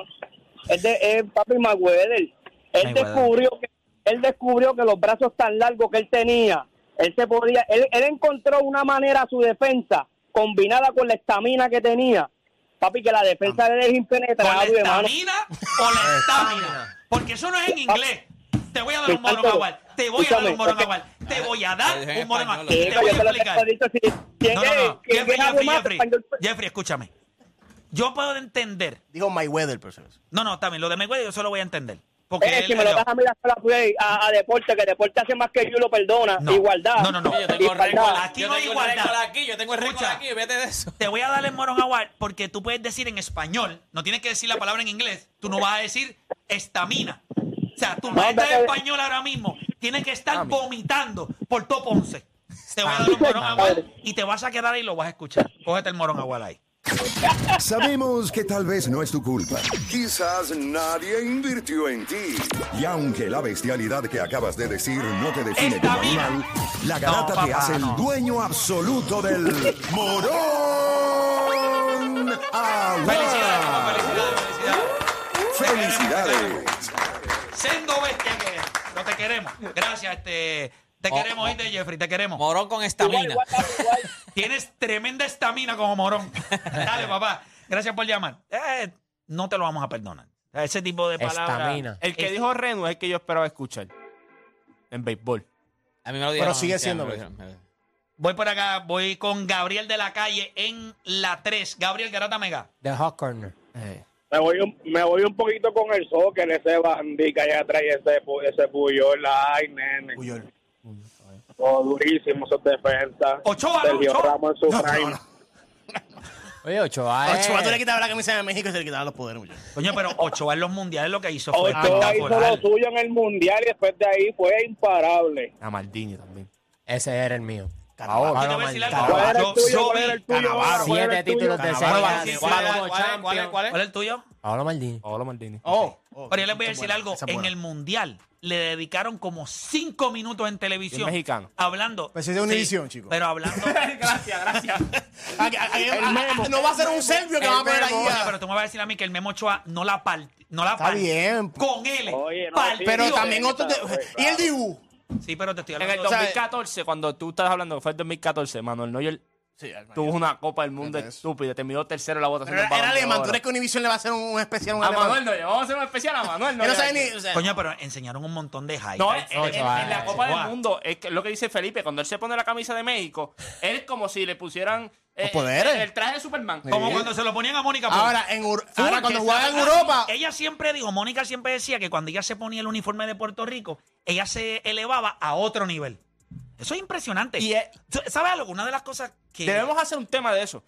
Speaker 8: es de es papi Magueder. Él
Speaker 3: Mayweather.
Speaker 8: descubrió que él descubrió que los brazos tan largos que él tenía, él se podía, él, él encontró una manera a su defensa combinada con la estamina que tenía. Papi, que la defensa de él es
Speaker 3: Ah. ¿Con la
Speaker 8: impenetrable, hermano.
Speaker 3: estamina o la estamina? Porque eso no es en inglés. Te voy a dar un morón
Speaker 8: Alto,
Speaker 3: agual. Te voy a dar un
Speaker 8: escúchame,
Speaker 3: morón
Speaker 8: ok.
Speaker 3: agual. Te voy a dar
Speaker 4: Lo dije en
Speaker 3: un morón agual.
Speaker 4: español,
Speaker 3: Te
Speaker 4: lo
Speaker 3: voy a
Speaker 8: yo te lo
Speaker 3: explicar.
Speaker 8: tengo dicho, si- ¿Quién
Speaker 3: No,
Speaker 8: es?
Speaker 3: no, no.
Speaker 8: ¿Quién
Speaker 3: Jeffrey,
Speaker 8: es
Speaker 3: Jeffrey,
Speaker 8: Abumate?
Speaker 3: Jeffrey.
Speaker 8: Español-
Speaker 3: Jeffrey, escúchame. Yo puedo entender.
Speaker 6: Dijo My Weather, profesor.
Speaker 3: No, no, también lo de Mayweather yo solo voy a entender. Porque
Speaker 8: Eh,
Speaker 3: él
Speaker 8: si me lo
Speaker 3: peleó.
Speaker 8: vas a mirar para la play, a, a deporte, que deporte hace más que yo lo perdona.
Speaker 3: No.
Speaker 8: Igualdad.
Speaker 3: No, no, no.
Speaker 4: Yo tengo
Speaker 8: Igualdad.
Speaker 4: récord
Speaker 3: Aquí
Speaker 4: yo
Speaker 3: no hay
Speaker 4: tengo el
Speaker 3: igualdad.
Speaker 4: récord aquí, yo tengo el récord
Speaker 3: Escucha.
Speaker 4: aquí, vete de eso.
Speaker 3: Te voy a dar el morón agual porque tú puedes decir en español. No tienes que decir la palabra en inglés. Tú no vas a decir estamina. O sea, tu maestra de
Speaker 8: pero-
Speaker 3: español ahora mismo tiene que estar vomitando por top 11. Te voy a dar un morón agual y te vas a quedar ahí y lo vas a escuchar. Cógete el morón agual ahí.
Speaker 2: Sabemos que tal vez no es tu culpa. Quizás nadie invirtió en ti. Y aunque la bestialidad que acabas de decir no te define
Speaker 3: Esta
Speaker 2: como
Speaker 3: vida.
Speaker 2: animal, la garata
Speaker 3: No,
Speaker 2: te
Speaker 3: papá,
Speaker 2: hace el
Speaker 3: no.
Speaker 2: dueño absoluto del morón. Agua.
Speaker 3: Felicidades, papá, felicidades, felicidades.
Speaker 2: Felicidades.
Speaker 3: Siendo bestia que eres. Pero te queremos. Gracias, este. Te
Speaker 4: Oh,
Speaker 3: queremos,
Speaker 4: oh.
Speaker 3: oíste, Jeffrey, te queremos.
Speaker 4: Morón con
Speaker 8: Igual,
Speaker 4: estamina.
Speaker 8: igual, igual.
Speaker 3: Tienes tremenda estamina como morón. Dale, papá. Gracias por llamar. Eh, no te lo vamos a perdonar. Ese tipo de palabras.
Speaker 7: Estamina.
Speaker 5: El que
Speaker 3: Es-
Speaker 5: dijo Renu es el que yo esperaba escuchar. En béisbol.
Speaker 4: A mí me lo
Speaker 6: Pero
Speaker 4: dijeron.
Speaker 6: sigue
Speaker 4: a mí
Speaker 6: siendo,
Speaker 4: me lo dijeron.
Speaker 3: Ah, Voy por acá, voy con Gabriel de la calle en la 3. Gabriel Garata Mega.
Speaker 7: The Hot Corner.
Speaker 8: Me voy, un, me voy un poquito con el soccer, ese bandica allá atrás y ese, pu- ese Puyol, ay, nene.
Speaker 6: Puyol.
Speaker 8: Oh, durísimo, esa defensa.
Speaker 3: Ochoa, ¿no?
Speaker 8: Sergio
Speaker 3: Ochoa.
Speaker 8: Ramos en su prime.
Speaker 7: Oye, Ochoa. eh.
Speaker 6: Ochoa, tú le quitabas la camisa de México y se le quitaban los poderes, muchacho.
Speaker 3: Coño, pero Ochoa en los mundiales lo que hizo fue
Speaker 8: Ochoa hizo lo
Speaker 3: espectacular.
Speaker 8: suyo en el Mundial y después de ahí fue imparable.
Speaker 5: A Maldini también.
Speaker 7: Ese era el mío.
Speaker 3: Yo te voy a decir algo.
Speaker 8: ¿Cuál era el
Speaker 3: Yo-
Speaker 8: tuyo?
Speaker 3: yo
Speaker 8: ¿Cuál
Speaker 3: vi-
Speaker 8: era el tuyo?
Speaker 5: Canavaro.
Speaker 8: ¿Cuál era
Speaker 7: Siete
Speaker 8: el tuyo?
Speaker 7: títulos de
Speaker 5: Canavaro,
Speaker 7: seis.
Speaker 5: sí, sí,
Speaker 7: Cuatro
Speaker 5: sí,
Speaker 7: como
Speaker 5: ¿cuál es,
Speaker 7: champion.
Speaker 5: cuál es, cuál es?
Speaker 3: ¿Cuál es el tuyo?
Speaker 7: Paolo Maldini.
Speaker 5: Paolo Maldini.
Speaker 3: Oh, Pero yo les voy a decir
Speaker 6: buena,
Speaker 3: algo.
Speaker 6: Oh, esa es
Speaker 3: En
Speaker 6: buena.
Speaker 3: el Mundial le dedicaron como cinco minutos en televisión.
Speaker 5: Y es mexicano.
Speaker 3: Hablando.
Speaker 6: Pues es de Univisión, chico.
Speaker 3: Pero hablando.
Speaker 5: gracias, gracias.
Speaker 6: Ah, que- ah, que- ah, ah, No va a ser un serbio que va a poner ahí.
Speaker 3: Oye,
Speaker 6: ah.
Speaker 3: pero tú me vas a decir a mí que el Memo Ochoa no la partió. No la
Speaker 6: Está
Speaker 3: partió.
Speaker 6: bien.
Speaker 3: Con él.
Speaker 8: Oye, no,
Speaker 3: Partió.
Speaker 8: sí,
Speaker 6: Pero
Speaker 8: Digo,
Speaker 6: también
Speaker 8: eh,
Speaker 6: otro. te-
Speaker 8: claro,
Speaker 6: Y el Dibu.
Speaker 3: Sí, pero te estoy
Speaker 5: En el
Speaker 3: hablando.
Speaker 6: dos-
Speaker 5: 2014, cuando tú estabas hablando, que fue el 2014, Manuel Neuer tuvo una Copa del Mundo
Speaker 6: Fíjate eso.
Speaker 5: estúpida, terminó tercero en la votación
Speaker 6: Pero
Speaker 5: del
Speaker 6: era,
Speaker 5: Balón
Speaker 6: era
Speaker 5: de
Speaker 6: alemán. ¿Tú
Speaker 5: Oro.
Speaker 6: crees que Univision le va a hacer un, un especial a un
Speaker 5: A
Speaker 6: alemán?
Speaker 5: Manuel Neuer, vamos a hacer un especial a Manuel
Speaker 6: Él
Speaker 5: Neuer.
Speaker 6: no sabe ni. o sea,
Speaker 3: Coño, pero enseñaron un montón de highlights. Eh,
Speaker 5: No, en, en- en-
Speaker 7: Ochoa,
Speaker 5: en la Copa
Speaker 3: Ochoa.
Speaker 5: del Mundo, es que lo que dice Felipe, cuando él se pone la camisa de México, él es como si le pusieran eh,
Speaker 6: Los poderes.
Speaker 5: el, el traje de Superman.
Speaker 3: Como cuando se lo ponían a Mónica. Puig.
Speaker 6: Ahora, en Ur- ahora
Speaker 5: que
Speaker 6: cuando
Speaker 5: se
Speaker 6: jugaba en
Speaker 5: haga-
Speaker 6: Europa.
Speaker 3: Ella siempre dijo, Mónica siempre decía que cuando ella se ponía el uniforme de Puerto Rico, ella se elevaba a otro nivel. Eso es impresionante.
Speaker 5: Y es-
Speaker 3: ¿Tú- ¿Sabes algo? Una de las cosas que...
Speaker 5: Debemos hacer un tema de eso.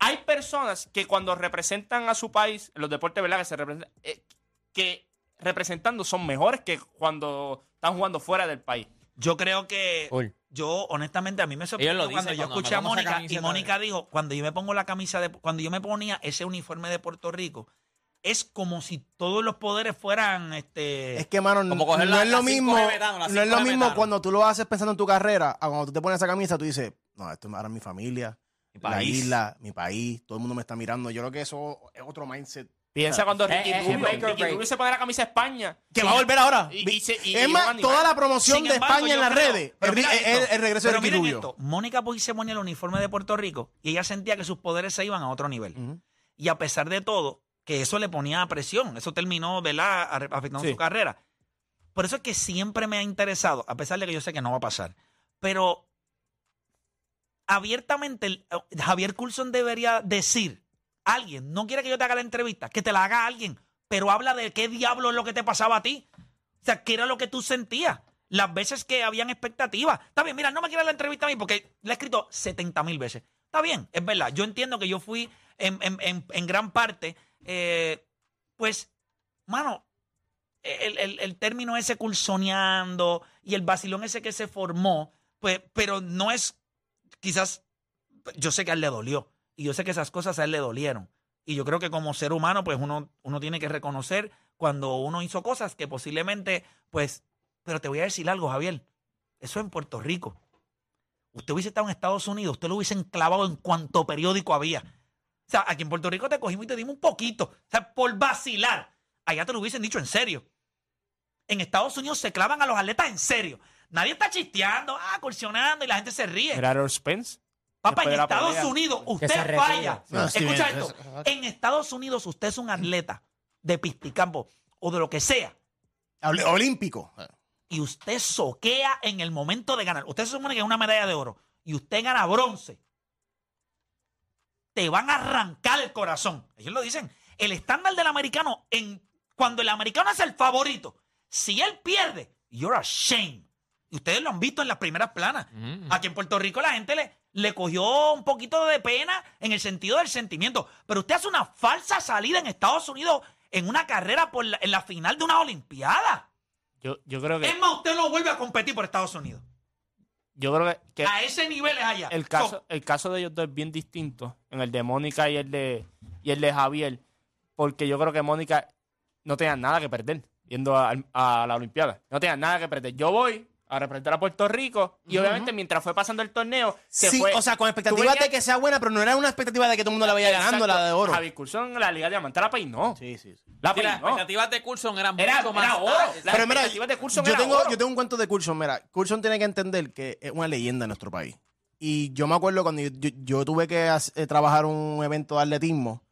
Speaker 5: Hay personas que cuando representan a su país, en los deportes, ¿verdad? Que se representan, eh, que representando son mejores que cuando están jugando fuera del país.
Speaker 3: Yo creo que...
Speaker 7: Cool.
Speaker 3: Yo, honestamente, a mí me
Speaker 4: Ellos lo
Speaker 3: sorprendió
Speaker 4: dicen
Speaker 3: cuando yo
Speaker 4: cuando me
Speaker 3: escuché a
Speaker 4: pongo esa
Speaker 3: Mónica y
Speaker 4: camiseta
Speaker 3: Mónica dijo, cuando yo me pongo la camisa de... Cuando yo me ponía ese uniforme de Puerto Rico, es como si todos los poderes fueran... este
Speaker 6: Es que, mano, no,
Speaker 4: Como coger la-
Speaker 6: no es
Speaker 4: la
Speaker 6: lo
Speaker 4: cinco de
Speaker 6: mismo,
Speaker 4: metano, la
Speaker 6: no es
Speaker 4: cinco
Speaker 6: lo
Speaker 4: de
Speaker 6: mismo
Speaker 4: metano.
Speaker 6: cuando tú lo haces pensando en tu carrera a cuando tú te pones esa camisa, tú dices, no, esto ahora es mi familia, la
Speaker 4: país.
Speaker 6: isla, mi país, todo el mundo me está mirando. Yo creo que eso es otro mindset.
Speaker 5: Piensa cuando Ricky
Speaker 7: eh,
Speaker 5: Rubio,
Speaker 7: make or
Speaker 5: Ricky
Speaker 7: break.
Speaker 5: Rubio se pone la camisa de España.
Speaker 6: Que va a volver ahora.
Speaker 5: Y- y se- y-
Speaker 6: es
Speaker 5: y
Speaker 6: más,
Speaker 5: Juan Iván.
Speaker 6: toda la promoción
Speaker 3: Sin
Speaker 6: de
Speaker 3: embargo,
Speaker 6: España en
Speaker 3: yo
Speaker 6: las
Speaker 3: creo-
Speaker 6: redes.
Speaker 3: pero
Speaker 6: El,
Speaker 3: mira
Speaker 6: el- el-
Speaker 3: esto,
Speaker 6: el regreso
Speaker 3: pero
Speaker 6: de Ricky
Speaker 3: miren
Speaker 6: Rubio.
Speaker 3: esto, Mónica Puig se ponía el uniforme de Puerto Rico y ella sentía que sus poderes se iban a otro nivel.
Speaker 6: Ujú.
Speaker 3: Y a pesar de todo, que eso le ponía presión. Eso terminó, ¿verdad? a- Afectando
Speaker 5: Sí.
Speaker 3: su carrera. Por eso es que siempre me ha interesado, a pesar de que yo sé que no va a pasar. Pero abiertamente, el- eh, Javier Coulson debería decir, alguien, no quiere que yo te haga la entrevista, que te la haga alguien, pero habla de qué diablo es lo que te pasaba a ti. O sea, qué era lo que tú sentías. Las veces que habían expectativas. Está bien, mira, no me quieras la entrevista a mí porque la he escrito 70 mil veces. Está bien, es verdad. Yo entiendo que yo fui en, en- en- en gran parte, eh, pues, mano, el, el- el término ese cursoneando y el vacilón ese que se formó, pues, pero no es, quizás, yo sé que a él le dolió y yo sé que esas cosas a él le dolieron. Y yo creo que como ser humano, pues uno, uno tiene que reconocer cuando uno hizo cosas que posiblemente, pues, pero te voy a decir algo, Javier, eso en Puerto Rico. Usted hubiese estado en Estados Unidos, usted lo hubiese enclavado en cuanto periódico había. O sea, aquí en Puerto Rico te cogimos y te dimos un poquito. O sea, por vacilar. Allá te lo hubiesen dicho en serio. En Estados Unidos se clavan a los atletas en serio. Nadie está chisteando, ah, cursionando y la gente se ríe.
Speaker 5: Era Errol Spence.
Speaker 3: Papá,
Speaker 5: Después
Speaker 3: en
Speaker 5: de la
Speaker 3: Estados
Speaker 5: pelea,
Speaker 3: Unidos
Speaker 7: se
Speaker 3: usted
Speaker 7: retire.
Speaker 3: falla.
Speaker 6: No, sí,
Speaker 3: Escucha
Speaker 6: bien,
Speaker 3: esto. En Estados Unidos usted es un atleta de pisticampo o de lo que sea.
Speaker 6: Habl- Olímpico.
Speaker 3: y usted soquea en el momento de ganar. Usted se supone que es una medalla de oro y usted gana bronce. Te van a arrancar el corazón. Ellos lo dicen. El estándar del americano, en, cuando el americano es el favorito, si él pierde, you're ashamed. Y ustedes lo han visto en las primeras planas. Aquí en Puerto Rico la gente le, le cogió un poquito de pena en el sentido del sentimiento. Pero usted hace una falsa salida en Estados Unidos en una carrera por la- en la final de una Olimpiada.
Speaker 5: Yo, yo creo que.
Speaker 3: Es más, usted no vuelve a competir por Estados Unidos.
Speaker 5: Yo creo que, que
Speaker 3: A ese nivel es allá.
Speaker 5: el, caso,
Speaker 3: So,
Speaker 5: el caso de ellos dos es bien distinto. En el de Mónica y el de, y el de Javier. Porque yo creo que Mónica no tenía nada que perder yendo a, a la Olimpiada. No tenía nada que perder. Yo voy a representar a Puerto Rico. Y obviamente, mientras fue pasando el torneo, se
Speaker 6: Sí,
Speaker 5: fue.
Speaker 6: o sea, con
Speaker 5: Tú
Speaker 6: expectativas
Speaker 5: venías-
Speaker 6: de que sea buena, pero no era una expectativa de que todo el mundo la vaya ganando,
Speaker 5: Exacto.
Speaker 6: la de oro.
Speaker 5: Javier Curzón, la Liga Diamante, la peinó.
Speaker 6: Sí,
Speaker 5: La
Speaker 6: sí, sí.
Speaker 4: Sí,
Speaker 3: pues,
Speaker 4: las
Speaker 5: peinó.
Speaker 4: expectativas de Coulson eran
Speaker 5: Era-
Speaker 4: mucho más
Speaker 5: era oro.
Speaker 4: altas.
Speaker 5: Las
Speaker 6: Pero mira,
Speaker 5: expectativas de Coulson
Speaker 6: yo
Speaker 5: era
Speaker 6: tengo,
Speaker 5: oro.
Speaker 6: yo tengo un cuento de Coulson. Mira, Coulson tiene que entender que es una leyenda en nuestro país. Y yo me acuerdo cuando yo, yo- yo tuve que hac- eh, trabajar un evento de atletismo,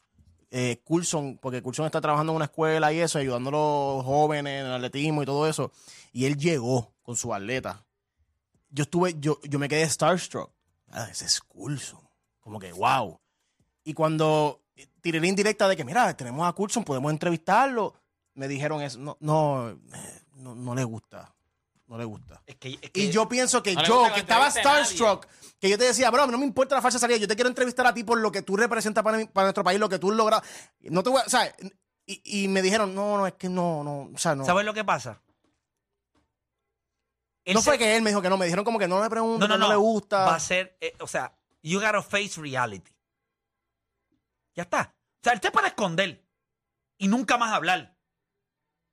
Speaker 6: eh, Coulson, porque Coulson está trabajando en una escuela y eso, ayudando a los jóvenes en el atletismo y todo eso. Y él llegó con su atleta. Yo estuve, yo, yo me quedé starstruck. Ah, ese es Coulson. Como que, wow. Y cuando tiré la indirecta de que, mira, tenemos a Coulson, podemos entrevistarlo, me dijeron eso. No, no, eh, no, no le gusta. No le gusta.
Speaker 3: es que- es que-
Speaker 6: Y yo pienso que
Speaker 4: No le gusta
Speaker 6: yo,
Speaker 4: la
Speaker 6: que estaba
Speaker 4: entrevista de nadie.
Speaker 6: starstruck, que yo te decía, bro, no me importa la falsa salida, yo te quiero entrevistar a ti por lo que tú representas para, mí- para nuestro país, lo que tú logras. No te voy a, o sea, y, y me dijeron, no, no, es que no, no, o sea, no.
Speaker 3: ¿Sabes lo que pasa? Él
Speaker 6: No
Speaker 3: se-
Speaker 6: fue que él me dijo que no, me dijeron como que no le pregunto,
Speaker 3: no,
Speaker 6: no,
Speaker 3: no, no.
Speaker 6: le gusta.
Speaker 3: Va a ser, eh, o sea, you gotta face reality. Ya está. O sea, él te puede esconder y nunca más hablar.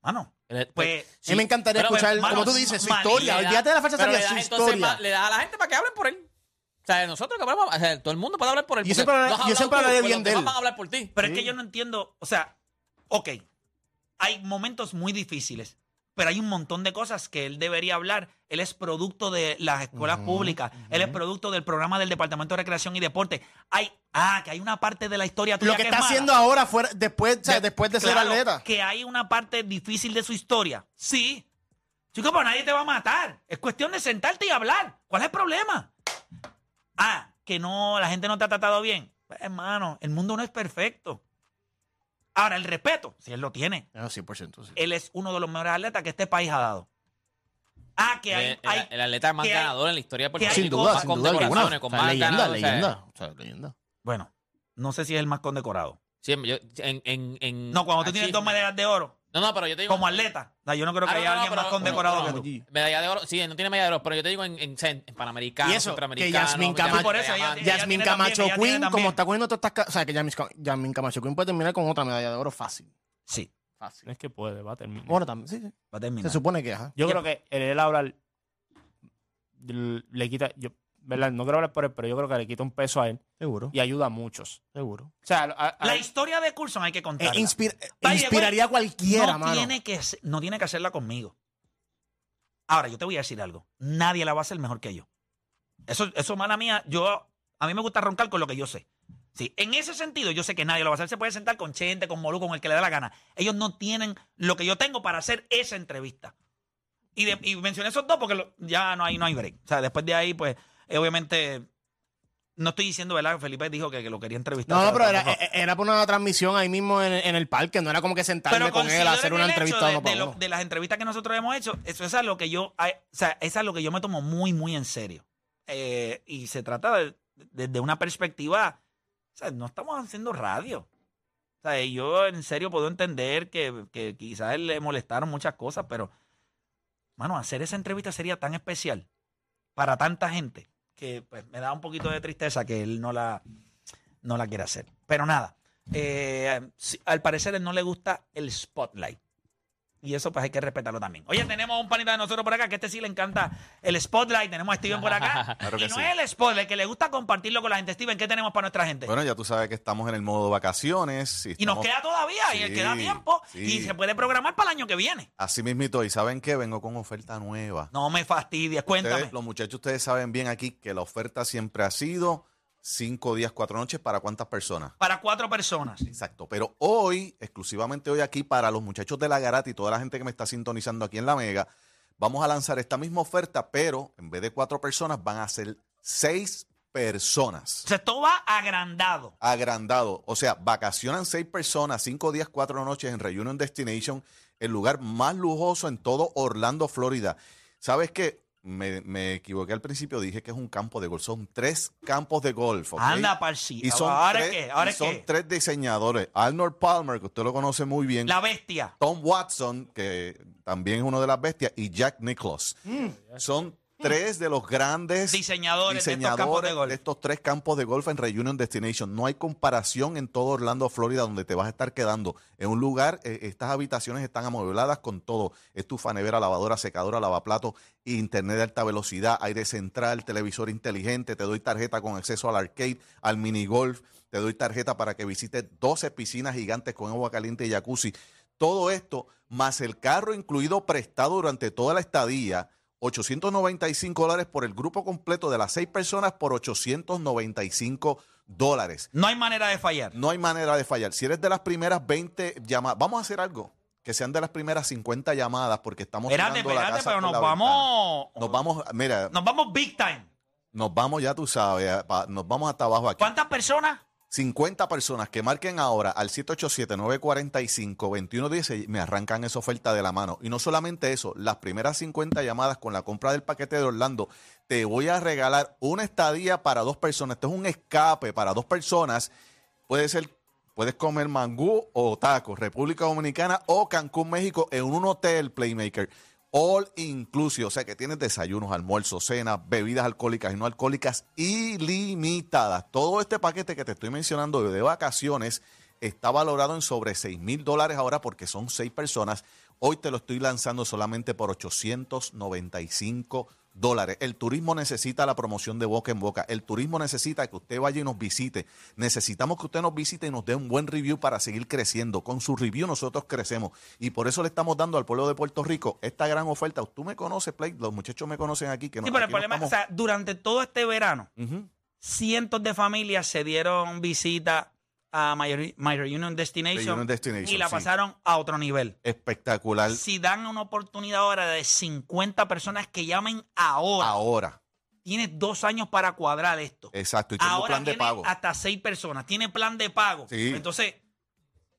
Speaker 3: Mano,
Speaker 4: Eh,
Speaker 3: pues.
Speaker 6: Sí, me encantaría
Speaker 4: Pero,
Speaker 6: escuchar,
Speaker 4: hermano,
Speaker 6: como tú dices, su
Speaker 3: María,
Speaker 6: historia. Olvídate de la falsa
Speaker 4: Pero le
Speaker 6: salida,
Speaker 4: das
Speaker 6: su
Speaker 4: entonces
Speaker 6: historia.
Speaker 4: más- le das a la gente para que hablen por él. O sea, nosotros que hablamos, o sea, todo el mundo puede hablar por él.
Speaker 6: Yo
Speaker 4: porque
Speaker 6: siempre hablaré-
Speaker 4: no has
Speaker 6: yo
Speaker 4: hablado tú,
Speaker 6: siempre hablaré
Speaker 4: pues
Speaker 6: bien
Speaker 4: los
Speaker 6: de
Speaker 4: demás
Speaker 6: él.
Speaker 4: van a hablar por ti.
Speaker 3: Pero es que yo no entiendo, o sea, ok, hay momentos muy difíciles, pero hay un montón de cosas que él debería hablar. Él es producto de las escuelas públicas, él es producto del programa del Departamento de Recreación y Deporte. Hay, ah, que hay una parte de la historia tuya
Speaker 6: Lo que
Speaker 3: es
Speaker 6: está
Speaker 3: mala.
Speaker 6: haciendo ahora, fuera, después, o sea, después de ser
Speaker 3: Claro,
Speaker 6: atleta.
Speaker 3: Que hay una parte difícil de su historia. Sí. Chico, pero nadie te va a matar. Es cuestión de sentarte y hablar. ¿Cuál es el problema? Ah, que no, la gente no te ha tratado bien. Pues, hermano, el mundo no es perfecto. Ahora, el respeto, si él lo tiene,
Speaker 6: Ah, 100%, sí.
Speaker 3: él es uno de los mejores atletas que este país ha dado. Ah, que
Speaker 4: El,
Speaker 3: hay.
Speaker 4: el-
Speaker 3: hay-
Speaker 4: Eh, el atleta más
Speaker 3: que hay-
Speaker 4: ganador en la historia de Puerto
Speaker 3: que hay-
Speaker 4: Rico.
Speaker 6: Sin
Speaker 4: con
Speaker 6: duda,
Speaker 4: más
Speaker 6: sin duda alguna.
Speaker 4: condecoraciones,
Speaker 6: O
Speaker 4: con
Speaker 6: sea,
Speaker 4: más
Speaker 6: leyenda,
Speaker 4: ganados, o sea,
Speaker 6: leyenda. O sea, leyenda.
Speaker 3: Bueno, no sé si es el más condecorado.
Speaker 4: siempre, yo- en- en- en-
Speaker 3: No, cuando tú tienes
Speaker 4: machismo.
Speaker 3: dos medallas de oro
Speaker 4: No, no, pero yo te digo.
Speaker 3: como atleta, no, yo no creo que
Speaker 4: Ah, no,
Speaker 3: haya
Speaker 4: no,
Speaker 3: alguien
Speaker 4: pero-
Speaker 3: más condecorado
Speaker 4: no, no,
Speaker 3: que tú.
Speaker 4: Medalla de oro, sí, no tiene medalla de oro, pero yo te digo en, en, en Panamericano,
Speaker 6: Y eso, que
Speaker 4: Centroamericano.
Speaker 6: Yasmín
Speaker 4: Diamante,
Speaker 6: Camacho-
Speaker 3: Por eso, ella-
Speaker 4: Diamante.
Speaker 3: ella-
Speaker 6: Yasmin
Speaker 3: tiene
Speaker 6: Camacho
Speaker 3: también, ella tiene
Speaker 6: Queen,
Speaker 3: también.
Speaker 6: como está cogiendo todas estas. ca- O sea, que Yasmin Ca- Yasmin Camacho Queen puede terminar con otra medalla de oro fácil.
Speaker 3: Sí,
Speaker 6: Fácil.
Speaker 5: Es que puede, va a terminar.
Speaker 6: Bueno, también, sí, sí.
Speaker 3: va a terminar.
Speaker 6: Se supone que, ajá. Eh,
Speaker 5: Yo creo que el, él hablar l- le quita, yo, ¿verdad? No quiero hablar por él, pero yo creo que le quita un peso a él
Speaker 6: Seguro,
Speaker 5: y ayuda a muchos.
Speaker 6: seguro.
Speaker 5: O sea, a- a-
Speaker 3: La historia de Coulson hay que
Speaker 6: Eh,
Speaker 3: contarla.
Speaker 6: inspira- eh,
Speaker 3: Vaya,
Speaker 6: inspiraría a cualquiera,
Speaker 3: no,
Speaker 6: mano.
Speaker 3: tiene que, hacer- no tiene que hacerla conmigo. Ahora, yo te voy a decir algo. Nadie la va a hacer mejor que yo. Eso, eso mala mía, yo, a mí me gusta roncar con lo que yo sé. Sí, en ese sentido, yo sé que nadie lo va a hacer. Se puede sentar con Chente, con Molu, con el que le da la gana. Ellos no tienen lo que yo tengo para hacer esa entrevista. Y, de- y mencioné esos dos porque lo- ya no hay, no hay break. O sea, después de ahí, pues, eh, obviamente, no estoy diciendo, ¿verdad? Felipe dijo que, que lo quería entrevistar.
Speaker 6: No, no, pero era,
Speaker 3: tampoco-
Speaker 6: eh, era por una transmisión ahí mismo en, en el parque, no era como que sentarme con él
Speaker 3: considero
Speaker 6: a hacer
Speaker 3: que
Speaker 6: una
Speaker 3: el hecho
Speaker 6: entrevista
Speaker 3: de,
Speaker 6: uno
Speaker 3: de
Speaker 6: para
Speaker 3: lo-
Speaker 6: uno.
Speaker 3: de las entrevistas que nosotros hemos hecho, eso es algo que yo, ay, o sea, es algo que yo me tomo muy, muy en serio. Eh, y se trata de- desde una perspectiva, o sea, no estamos haciendo radio. O sea, y yo en serio puedo entender que, que quizás le molestaron muchas cosas, pero, mano, hacer esa entrevista sería tan especial para tanta gente que pues, me da un poquito de tristeza que él no la, no la quiera hacer. Pero nada, eh, si- al parecer él no le gusta el spotlight. Y eso pues hay que respetarlo también. Oye, tenemos a un panita de nosotros por acá, que a este sí le encanta el spotlight. Tenemos a Steven por acá. y no es el spotlight, que le gusta compartirlo con la gente. Steven, ¿qué tenemos para nuestra gente?
Speaker 9: Bueno, ya tú sabes que estamos en el modo vacaciones.
Speaker 3: y nos
Speaker 9: estamos-
Speaker 3: queda todavía, y
Speaker 9: Sí,
Speaker 3: queda tiempo,
Speaker 9: sí.
Speaker 3: y se puede programar para el año que viene.
Speaker 9: Así mismito, y ¿saben qué? Vengo con oferta nueva.
Speaker 3: No me fastidies, cuéntame.
Speaker 9: Ustedes, los muchachos, ustedes saben bien aquí que la oferta siempre ha sido cinco días, cuatro noches, ¿para cuántas personas?
Speaker 3: Para cuatro personas.
Speaker 9: Exacto, pero hoy, exclusivamente hoy aquí, para los muchachos de la Garata y toda la gente que me está sintonizando aquí en la Mega, Vamos a lanzar esta misma oferta, pero en vez de cuatro personas van a ser seis personas.
Speaker 3: O sea, esto va agrandado.
Speaker 9: agrandado. O sea, vacacionan seis personas, cinco días, cuatro noches en Reunion Destination, el lugar más lujoso en todo Orlando, Florida. ¿Sabes qué? Me, me equivoqué al principio, dije que es un campo de golf. Son tres campos de golf. ¿ok?
Speaker 3: Anda, parsi.
Speaker 9: Y son,
Speaker 3: Ahora
Speaker 9: tres,
Speaker 3: es que, ahora
Speaker 9: y
Speaker 3: es
Speaker 9: son
Speaker 3: que.
Speaker 9: tres diseñadores. Arnold Palmer, que usted lo conoce muy bien.
Speaker 3: La bestia.
Speaker 9: Tom Watson, que también es uno de las bestias. Y Jack Nicklaus. Son tres de los grandes
Speaker 3: Diseñadores de estos campos de
Speaker 9: diseñadores
Speaker 3: golf.
Speaker 9: de estos tres campos de golf en Reunion Destination. No hay comparación en todo Orlando, Florida, donde te vas a estar quedando. En un lugar, eh, estas habitaciones están amuebladas con todo. Estufa, nevera, lavadora, secadora, lavaplatos, internet de alta velocidad, aire central, televisor inteligente. Te doy tarjeta con acceso al arcade, al minigolf. Te doy tarjeta para que visites 12 piscinas gigantes con agua caliente y jacuzzi. Todo esto, más el carro incluido prestado durante toda la estadía, 895 dólares por el grupo completo de las seis personas por 895 dólares.
Speaker 3: No hay manera de fallar.
Speaker 9: No hay manera de fallar. Si eres de las primeras 20 llamadas, vamos a hacer algo. Que sean de las primeras 50 llamadas porque estamos
Speaker 3: Espérate,
Speaker 9: tirando la
Speaker 3: espérate,
Speaker 9: casa
Speaker 3: pero nos
Speaker 9: por la ventana.
Speaker 3: vamos.
Speaker 9: Nos vamos, mira,
Speaker 3: Nos vamos big time.
Speaker 9: nos vamos, ya tú sabes, a- pa- nos vamos hasta abajo aquí.
Speaker 3: ¿Cuántas personas?
Speaker 9: 50 personas que marquen ahora al 787-945-2110 me arrancan esa oferta de la mano. Y no solamente eso, las primeras 50 llamadas con la compra del paquete de Orlando, te voy a regalar una estadía para dos personas. Esto es un escape para dos personas. Puede ser, puedes comer mangú o tacos, República Dominicana o Cancún, México, en un hotel Playmaker. All inclusive, o sea que tienes desayunos, almuerzos, cenas, bebidas alcohólicas y no alcohólicas ilimitadas. Todo este paquete que te estoy mencionando de vacaciones está valorado en sobre 6 mil dólares ahora porque son seis personas. Hoy te lo estoy lanzando solamente por 895 dólares. El turismo necesita la promoción de boca en boca. El turismo necesita que usted vaya y nos visite. Necesitamos que usted nos visite y nos dé un buen review para seguir creciendo. Con su review nosotros crecemos. Y por eso le estamos dando al pueblo de Puerto Rico esta gran oferta. Tú me conoces, Play. Los muchachos me conocen aquí. Que no-
Speaker 3: sí, pero el
Speaker 9: aquí no
Speaker 3: problema es que
Speaker 9: estamos-
Speaker 3: o sea, durante todo este verano,
Speaker 9: Ujú.
Speaker 3: cientos de familias se dieron visita a My, Re- My Reunion Destination
Speaker 9: Reunion Destination,
Speaker 3: y la
Speaker 9: sí.
Speaker 3: pasaron a otro nivel.
Speaker 9: Espectacular.
Speaker 3: Si dan una oportunidad ahora de 50 personas que llamen ahora,
Speaker 9: Ahora.
Speaker 3: tienes dos años para cuadrar esto.
Speaker 9: Exacto. Y tengo
Speaker 3: Ahora
Speaker 9: plan de
Speaker 3: tiene
Speaker 9: pago.
Speaker 3: hasta seis personas, tiene plan de pago.
Speaker 9: Sí.
Speaker 3: Entonces,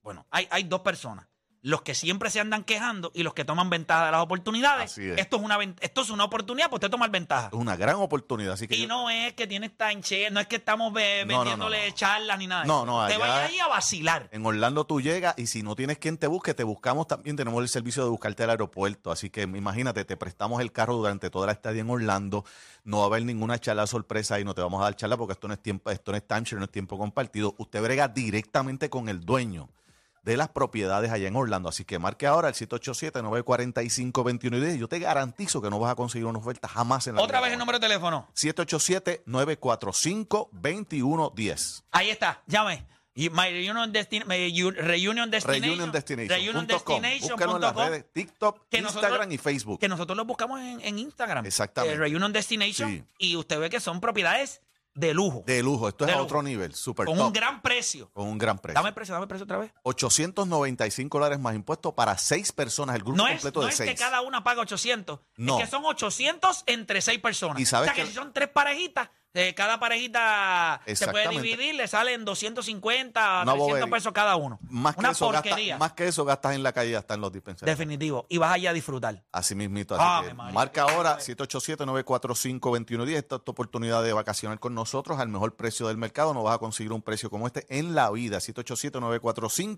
Speaker 3: bueno, hay, hay dos personas. Los que siempre se andan quejando y los que toman ventaja de las oportunidades.
Speaker 9: Así es.
Speaker 3: Esto es una ven- esto es una oportunidad para usted tomar ventaja.
Speaker 9: Es una gran oportunidad. Así que
Speaker 3: Y
Speaker 9: yo-
Speaker 3: no es que tiene tanche, no es que estamos ve-
Speaker 9: No, no,
Speaker 3: vendiéndole
Speaker 9: no, no.
Speaker 3: charlas ni nada. de
Speaker 9: No,
Speaker 3: eso.
Speaker 9: no,
Speaker 3: Te
Speaker 9: allá-
Speaker 3: vayas ahí a vacilar.
Speaker 9: En Orlando tú llegas y si no tienes quien te busque, te buscamos también. Tenemos el servicio de buscarte al aeropuerto. Así que imagínate, te prestamos el carro durante toda la estadía en Orlando. No va a haber ninguna charla sorpresa y no te vamos a dar charla porque esto no es tiempo, esto no es timeshare, no es tiempo compartido. Usted brega directamente con el dueño de las propiedades allá en Orlando. Así que marque ahora el 787-945-2110. Yo te garantizo que no vas a conseguir una oferta jamás en la
Speaker 3: Otra
Speaker 9: vida.
Speaker 3: vez el número de teléfono.
Speaker 9: 787-945-2110.
Speaker 3: Ahí está, llame. Y My Reunion, Destin- My Yu- Reunion Destination.
Speaker 9: Reunion Destination.
Speaker 3: Reunion
Speaker 9: punto com.
Speaker 3: Destination
Speaker 9: Búscanos en las
Speaker 3: punto com.
Speaker 9: redes TikTok,
Speaker 3: Que nosotros-
Speaker 9: Instagram y Facebook.
Speaker 3: que nosotros los buscamos en, en Instagram.
Speaker 9: Exactamente.
Speaker 3: Eh, Reunion Destination.
Speaker 9: Sí.
Speaker 3: Y usted ve que son propiedades de lujo.
Speaker 9: De lujo. pues Esto
Speaker 3: De
Speaker 9: es a
Speaker 3: lujo.
Speaker 9: otro nivel. Super
Speaker 3: con
Speaker 9: top.
Speaker 3: un gran precio.
Speaker 9: con un gran precio.
Speaker 3: Dame el precio, dame el precio otra vez.
Speaker 9: 895 dólares más impuestos para seis personas, el grupo
Speaker 3: No es,
Speaker 9: completo
Speaker 3: no
Speaker 9: de
Speaker 3: es
Speaker 9: seis.
Speaker 3: que cada una paga 800.
Speaker 9: No.
Speaker 3: Es que son 800 entre seis personas.
Speaker 9: Y sabes
Speaker 3: o sea, que,
Speaker 9: que-
Speaker 3: si son tres parejitas, eh, cada parejita se puede
Speaker 9: Exactamente.
Speaker 3: dividir, le salen 250,
Speaker 9: Una
Speaker 3: 300
Speaker 9: bobería.
Speaker 3: pesos cada uno.
Speaker 9: Más que,
Speaker 3: Una
Speaker 9: eso gastas,
Speaker 3: porquería.
Speaker 9: más que eso gastas en la calle y hasta en los dispensarios.
Speaker 3: Definitivo. Y vas allá a disfrutar. Ah,
Speaker 9: Así mismito. así
Speaker 3: Ave
Speaker 9: que
Speaker 3: María.
Speaker 9: marca ahora 787-945-2110. Esta es tu oportunidad de vacacionar con nosotros al mejor precio del mercado. No vas a conseguir un precio como este en la vida.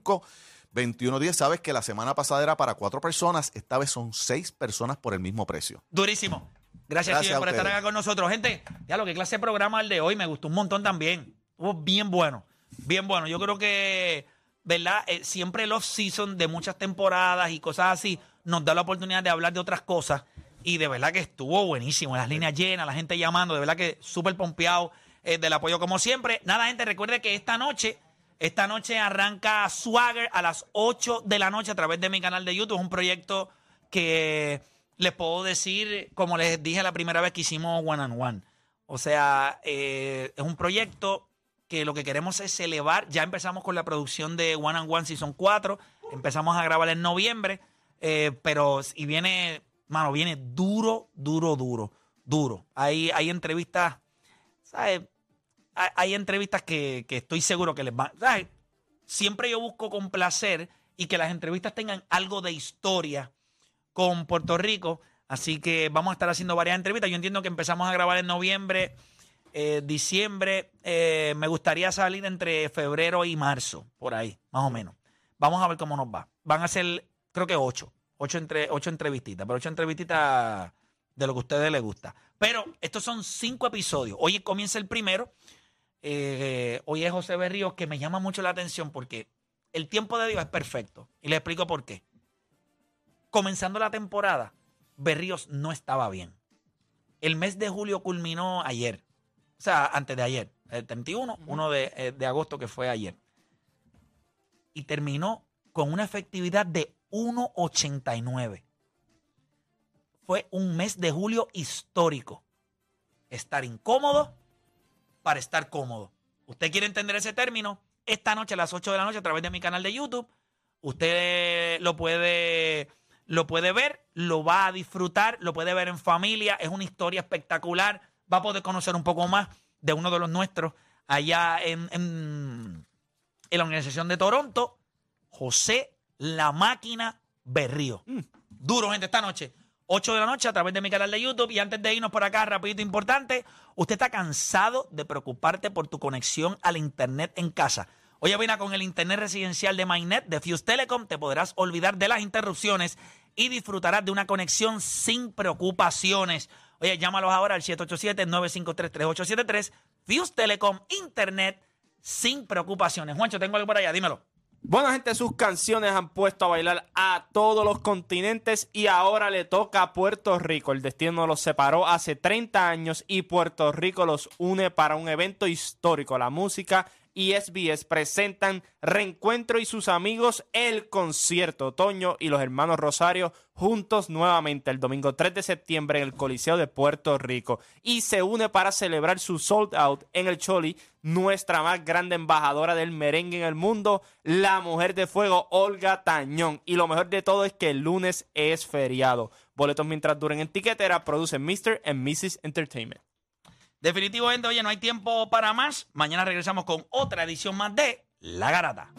Speaker 9: 787-945-2110. Sabes que la semana pasada era para cuatro personas. Esta vez son seis personas por el mismo precio.
Speaker 3: Durísimo. Gracias,
Speaker 9: Gracias
Speaker 3: Steven,
Speaker 9: a
Speaker 3: por estar
Speaker 9: ustedes.
Speaker 3: acá con nosotros. Gente, ya lo que clase de programa el de hoy me gustó un montón también. Estuvo bien bueno. Bien bueno. Yo creo que, ¿verdad? Eh, siempre el off-season de muchas temporadas y cosas así nos da la oportunidad de hablar de otras cosas. Y de verdad que estuvo buenísimo. Las líneas llenas, la gente llamando. De verdad que súper pompeado eh, del apoyo, como siempre. Nada, gente, recuerde que esta noche. Esta noche arranca Swagger a las 8 de la noche a través de mi canal de YouTube. Es un proyecto que les puedo decir, como les dije la primera vez que hicimos One and One. O sea, eh, es un proyecto que lo que queremos es elevar. Ya empezamos con la producción de One and One Season 4. Empezamos a grabar en noviembre. eh, pero, y viene mano, viene duro, duro, duro, duro. Hay, hay entrevistas, ¿sabes? Hay, hay entrevistas que, que estoy seguro que les van. ¿sabes? Siempre yo busco complacer y que las entrevistas tengan algo de historia con Puerto Rico. Así que vamos a estar haciendo varias entrevistas. Yo entiendo que empezamos a grabar en noviembre, eh, diciembre. Eh, me gustaría salir entre febrero y marzo, por ahí, más o menos. Vamos a ver cómo nos va. Van a ser, creo que ocho. Ocho, entre, ocho entrevistitas, pero ocho entrevistitas de lo que a ustedes les gusta. Pero estos son cinco episodios. Hoy comienza el primero. Eh, hoy es José Berríos, que me llama mucho la atención porque el tiempo de Dios es perfecto. Y les explico por qué. Comenzando la temporada, Berríos no estaba bien. El mes de julio culminó ayer. O sea, antes de ayer. El 31, 1 de, eh, de agosto que fue ayer. Y terminó con una efectividad de 1.89. Fue un mes de julio histórico. Estar incómodo para estar cómodo. ¿Usted quiere entender ese término? Esta noche a las 8 de la noche a través de mi canal de YouTube. Usted lo puede, lo puede ver, lo va a disfrutar, lo puede ver en familia. Es una historia espectacular. Va a poder conocer un poco más de uno de los nuestros allá en, en- en la Organización de Toronto, José La Máquina Berrío. Duro, gente, esta noche. 8 de la noche a través de mi canal de YouTube. Y antes de irnos por acá, rapidito, importante, usted está cansado de preocuparte por tu conexión al Internet en casa. Hoy avena con el Internet residencial de MyNet de Fuse Telecom. Te podrás olvidar de las interrupciones y disfrutarás de una conexión sin preocupaciones. Oye, llámalos ahora al 787-953-3873. Fuse Telecom Internet sin preocupaciones. Juancho, tengo algo por allá, dímelo.
Speaker 5: Bueno, gente, sus canciones han puesto a bailar a todos los continentes y ahora le toca a Puerto Rico. El destino los separó hace 30 años y Puerto Rico los une para un evento histórico. La música y SBS presentan Reencuentro y sus amigos, el concierto. Otoño y los hermanos Rosario juntos nuevamente el domingo 3 de septiembre en el Coliseo de Puerto Rico y se une para celebrar su sold out en el Choli, nuestra más grande embajadora del merengue en el mundo, la mujer de fuego Olga Tañón. Y lo mejor de todo es que el lunes es feriado. Boletos mientras duren en tiquetera producen Mr. and Mrs. Entertainment.
Speaker 3: Definitivo, gente, oye, no hay tiempo para más. Mañana regresamos con otra edición más de La Garata.